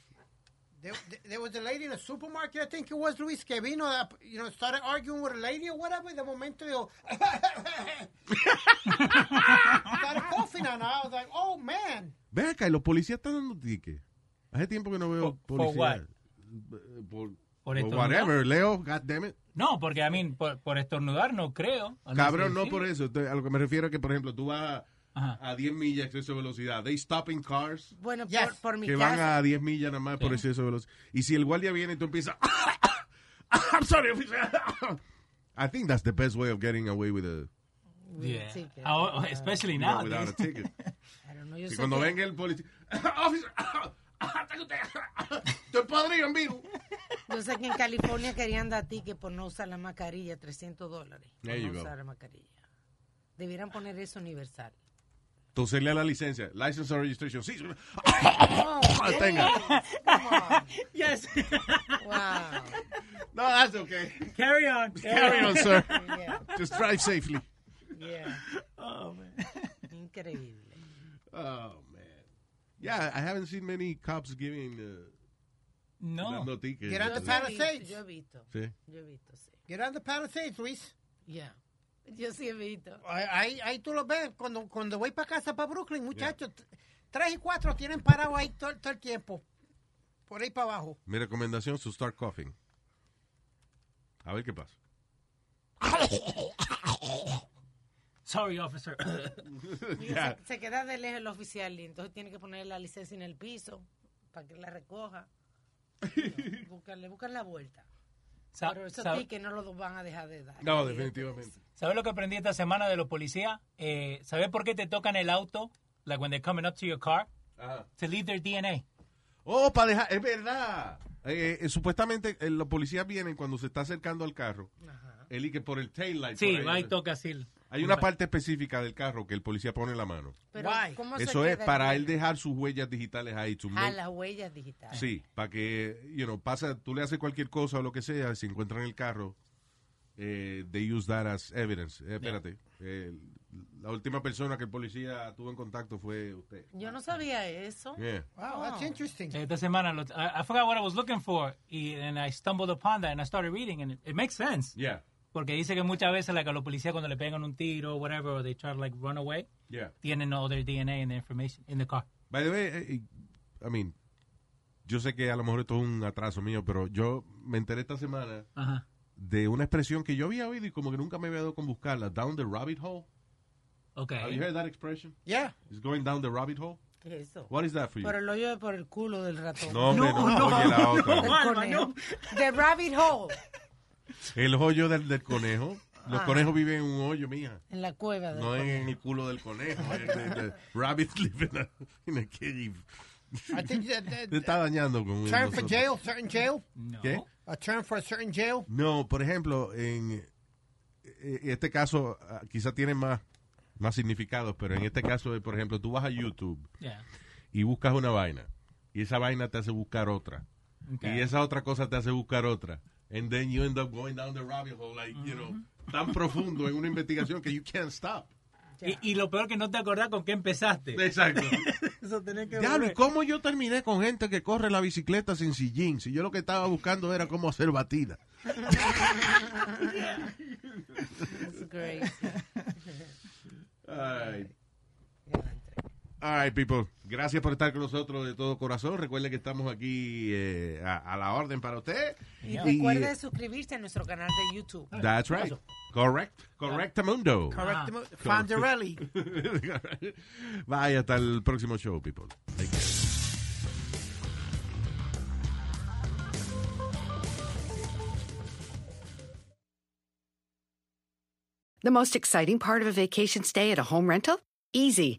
[SPEAKER 5] There, there was a lady in a supermarket, I think it was Luis, que vino, uh, you know, started arguing with a lady or whatever. De momento, yo. started coughing on her. I was like, oh, man.
[SPEAKER 4] Ve acá, y los policías están dando tickets. Hace tiempo que no veo
[SPEAKER 7] for
[SPEAKER 4] policías.
[SPEAKER 7] what?
[SPEAKER 4] Por, por,
[SPEAKER 7] Por estornudar.
[SPEAKER 4] whatever, Leo, god damn it.
[SPEAKER 7] No, porque a mí, por, por estornudar, Ah, no creo.
[SPEAKER 4] Cabrón, no
[SPEAKER 7] Sí.
[SPEAKER 4] por eso. Te- A lo que me refiero es que, por ejemplo, tú vas a, a 10 millas exceso de velocidad. They stopping cars
[SPEAKER 9] Bueno, por, por mi
[SPEAKER 4] que van
[SPEAKER 9] casa.
[SPEAKER 4] a 10 millas nada más por exceso de velocidad. Y si el guardia viene y tú empiezas... I'm sorry, officer. I think that's the best way of getting away with a...
[SPEAKER 7] Yeah.
[SPEAKER 9] ticket.
[SPEAKER 7] Ahora- especially
[SPEAKER 4] Yeah,
[SPEAKER 7] now.
[SPEAKER 4] without a ticket.
[SPEAKER 9] I don't know, yo
[SPEAKER 4] Y
[SPEAKER 9] sé
[SPEAKER 4] cuando
[SPEAKER 9] que-
[SPEAKER 4] venga el policía... Officer, estoy podrido en virus.
[SPEAKER 9] Yo sé que en California querían dar ticket por no usar la mascarilla, 300 dólares. por
[SPEAKER 4] There you
[SPEAKER 9] no
[SPEAKER 4] go.
[SPEAKER 9] usar la mascarilla. Debieran poner eso universal.
[SPEAKER 4] Entonces a la licencia. License or registration. Sí.
[SPEAKER 9] No.
[SPEAKER 4] Tenga.
[SPEAKER 7] Yes.
[SPEAKER 9] Wow.
[SPEAKER 4] No, that's okay.
[SPEAKER 7] Carry on.
[SPEAKER 4] Carry on, sir. Just drive safely.
[SPEAKER 9] Yeah.
[SPEAKER 7] Oh, man.
[SPEAKER 9] Increíble.
[SPEAKER 4] Oh, man. Yeah, I haven't seen many cops giving uh,
[SPEAKER 7] No.
[SPEAKER 4] dando tickets.
[SPEAKER 5] Get on the Palisades.
[SPEAKER 9] Yo he visto.
[SPEAKER 4] Sí.
[SPEAKER 9] Yo he visto, sí.
[SPEAKER 5] Get on the Palisades, Luis.
[SPEAKER 9] Yeah. Yo sí he visto.
[SPEAKER 5] Ahí, ahí- ahí tú lo ves. Cuando, cuando voy para casa, para Brooklyn, muchachos, t- tres y cuatro tienen parado ahí todo, todo el tiempo. Por ahí para abajo.
[SPEAKER 4] Mi recomendación es to start coughing. A ver qué pasa.
[SPEAKER 7] Sorry, officer.
[SPEAKER 9] Y se, se queda de lejos el oficial y entonces tiene que poner la licencia en el piso para que la recoja. No, buscan- le buscan la vuelta.
[SPEAKER 7] Sa-
[SPEAKER 9] Pero eso
[SPEAKER 7] sa-
[SPEAKER 9] sí que no lo van a dejar de dar.
[SPEAKER 4] No, definitivamente.
[SPEAKER 7] ¿Sabes lo que aprendí esta semana de los policías? Eh, ¿Sabes por qué te tocan el auto? Like when they're coming up to your car. To leave their DNA.
[SPEAKER 4] Oh, para dejar, es verdad. Eh, eh, supuestamente eh, los policías vienen cuando se está acercando al carro. El y que por el taillight.
[SPEAKER 7] Sí,
[SPEAKER 4] por ahí. eh,
[SPEAKER 7] va y toca así. el-
[SPEAKER 4] Hay una parte específica del carro que el policía pone la mano.
[SPEAKER 9] Pero, ¿cómo se
[SPEAKER 4] Eso es
[SPEAKER 9] queda el
[SPEAKER 4] para él
[SPEAKER 9] DNA?
[SPEAKER 4] dejar sus huellas digitales ahí. to
[SPEAKER 9] A
[SPEAKER 4] make-
[SPEAKER 9] las huellas digitales.
[SPEAKER 4] Sí, para que, you know, pasa, tú le haces cualquier cosa o lo que sea, si encuentran el carro, eh, they use that as evidence. Eh, espérate, eh, la última persona que el policía tuvo en contacto fue usted.
[SPEAKER 9] Yo no sabía eso.
[SPEAKER 4] Yeah.
[SPEAKER 5] Wow,
[SPEAKER 9] Oh.
[SPEAKER 5] that's interesting.
[SPEAKER 7] Esta semana, lo- I, I forgot what I was looking for, y, and I stumbled upon that, and I started reading, and it, it makes sense.
[SPEAKER 4] Yeah.
[SPEAKER 7] Porque dice que muchas veces like, a los policías cuando le pegan un tiro o whatever, or they try to like run away,
[SPEAKER 4] Yeah.
[SPEAKER 7] tienen all their DNA and their information in the car.
[SPEAKER 4] By the way, eh, eh, I mean, yo sé que a lo mejor esto es un atraso mío, pero yo me enteré esta semana
[SPEAKER 7] Ajá.
[SPEAKER 4] de una expresión que yo había oído y como que nunca me había dado con buscarla, down the rabbit hole.
[SPEAKER 7] Okay.
[SPEAKER 4] Have you heard that expression?
[SPEAKER 5] Yeah.
[SPEAKER 4] It's going down the rabbit hole.
[SPEAKER 9] ¿Qué es eso?
[SPEAKER 4] What is that for you?
[SPEAKER 9] Por el hoyo de por el culo del ratón.
[SPEAKER 4] No, hombre, No, no, no, oye, la no, otra.
[SPEAKER 9] El
[SPEAKER 4] Alma,
[SPEAKER 9] conejo. The rabbit hole.
[SPEAKER 4] El hoyo del, del conejo. Los
[SPEAKER 9] Ah.
[SPEAKER 4] conejos viven en un hoyo, mija.
[SPEAKER 9] En la cueva. del
[SPEAKER 4] No
[SPEAKER 9] conejo.
[SPEAKER 4] en el culo del conejo. en el- el- rabbit live in a, in a cave.
[SPEAKER 5] I think that- that-
[SPEAKER 4] Te está dañando
[SPEAKER 5] Term
[SPEAKER 4] con
[SPEAKER 5] for
[SPEAKER 4] Este nosotros.
[SPEAKER 5] jail, certain jail.
[SPEAKER 4] ¿Qué?
[SPEAKER 5] A term for a certain jail.
[SPEAKER 4] No, por ejemplo, en eh, este caso ah, quizá tiene más, más significados, pero en este caso, eh, por ejemplo, tú vas a YouTube
[SPEAKER 7] Yeah.
[SPEAKER 4] y buscas una vaina y esa vaina te hace buscar otra
[SPEAKER 7] Ok.
[SPEAKER 4] y esa otra cosa te hace buscar otra and then you end up going down the rabbit hole like you know tan profundo en una investigación que you can't stop
[SPEAKER 7] Y, y lo peor que no te acordás con qué empezaste.
[SPEAKER 4] Exacto.
[SPEAKER 7] Eso tenés que
[SPEAKER 4] Diablo, ¿y
[SPEAKER 7] volver.
[SPEAKER 4] cómo yo terminé con gente que corre la bicicleta sin sillín? Si yo lo que estaba buscando era cómo hacer batida.
[SPEAKER 9] That's great.
[SPEAKER 4] Ay. All right, people. Gracias por estar con nosotros de todo corazón. Recuerde que estamos aquí eh, a, a la orden para usted.
[SPEAKER 9] Y recuerden suscribirse a nuestro canal de YouTube.
[SPEAKER 4] That's right. Correct. Correctamundo.
[SPEAKER 9] Correctamundo.
[SPEAKER 5] Fondarelli.
[SPEAKER 4] Bye, hasta el próximo show, people. Take care.
[SPEAKER 13] The most exciting part of a vacation stay at a home rental? Easy.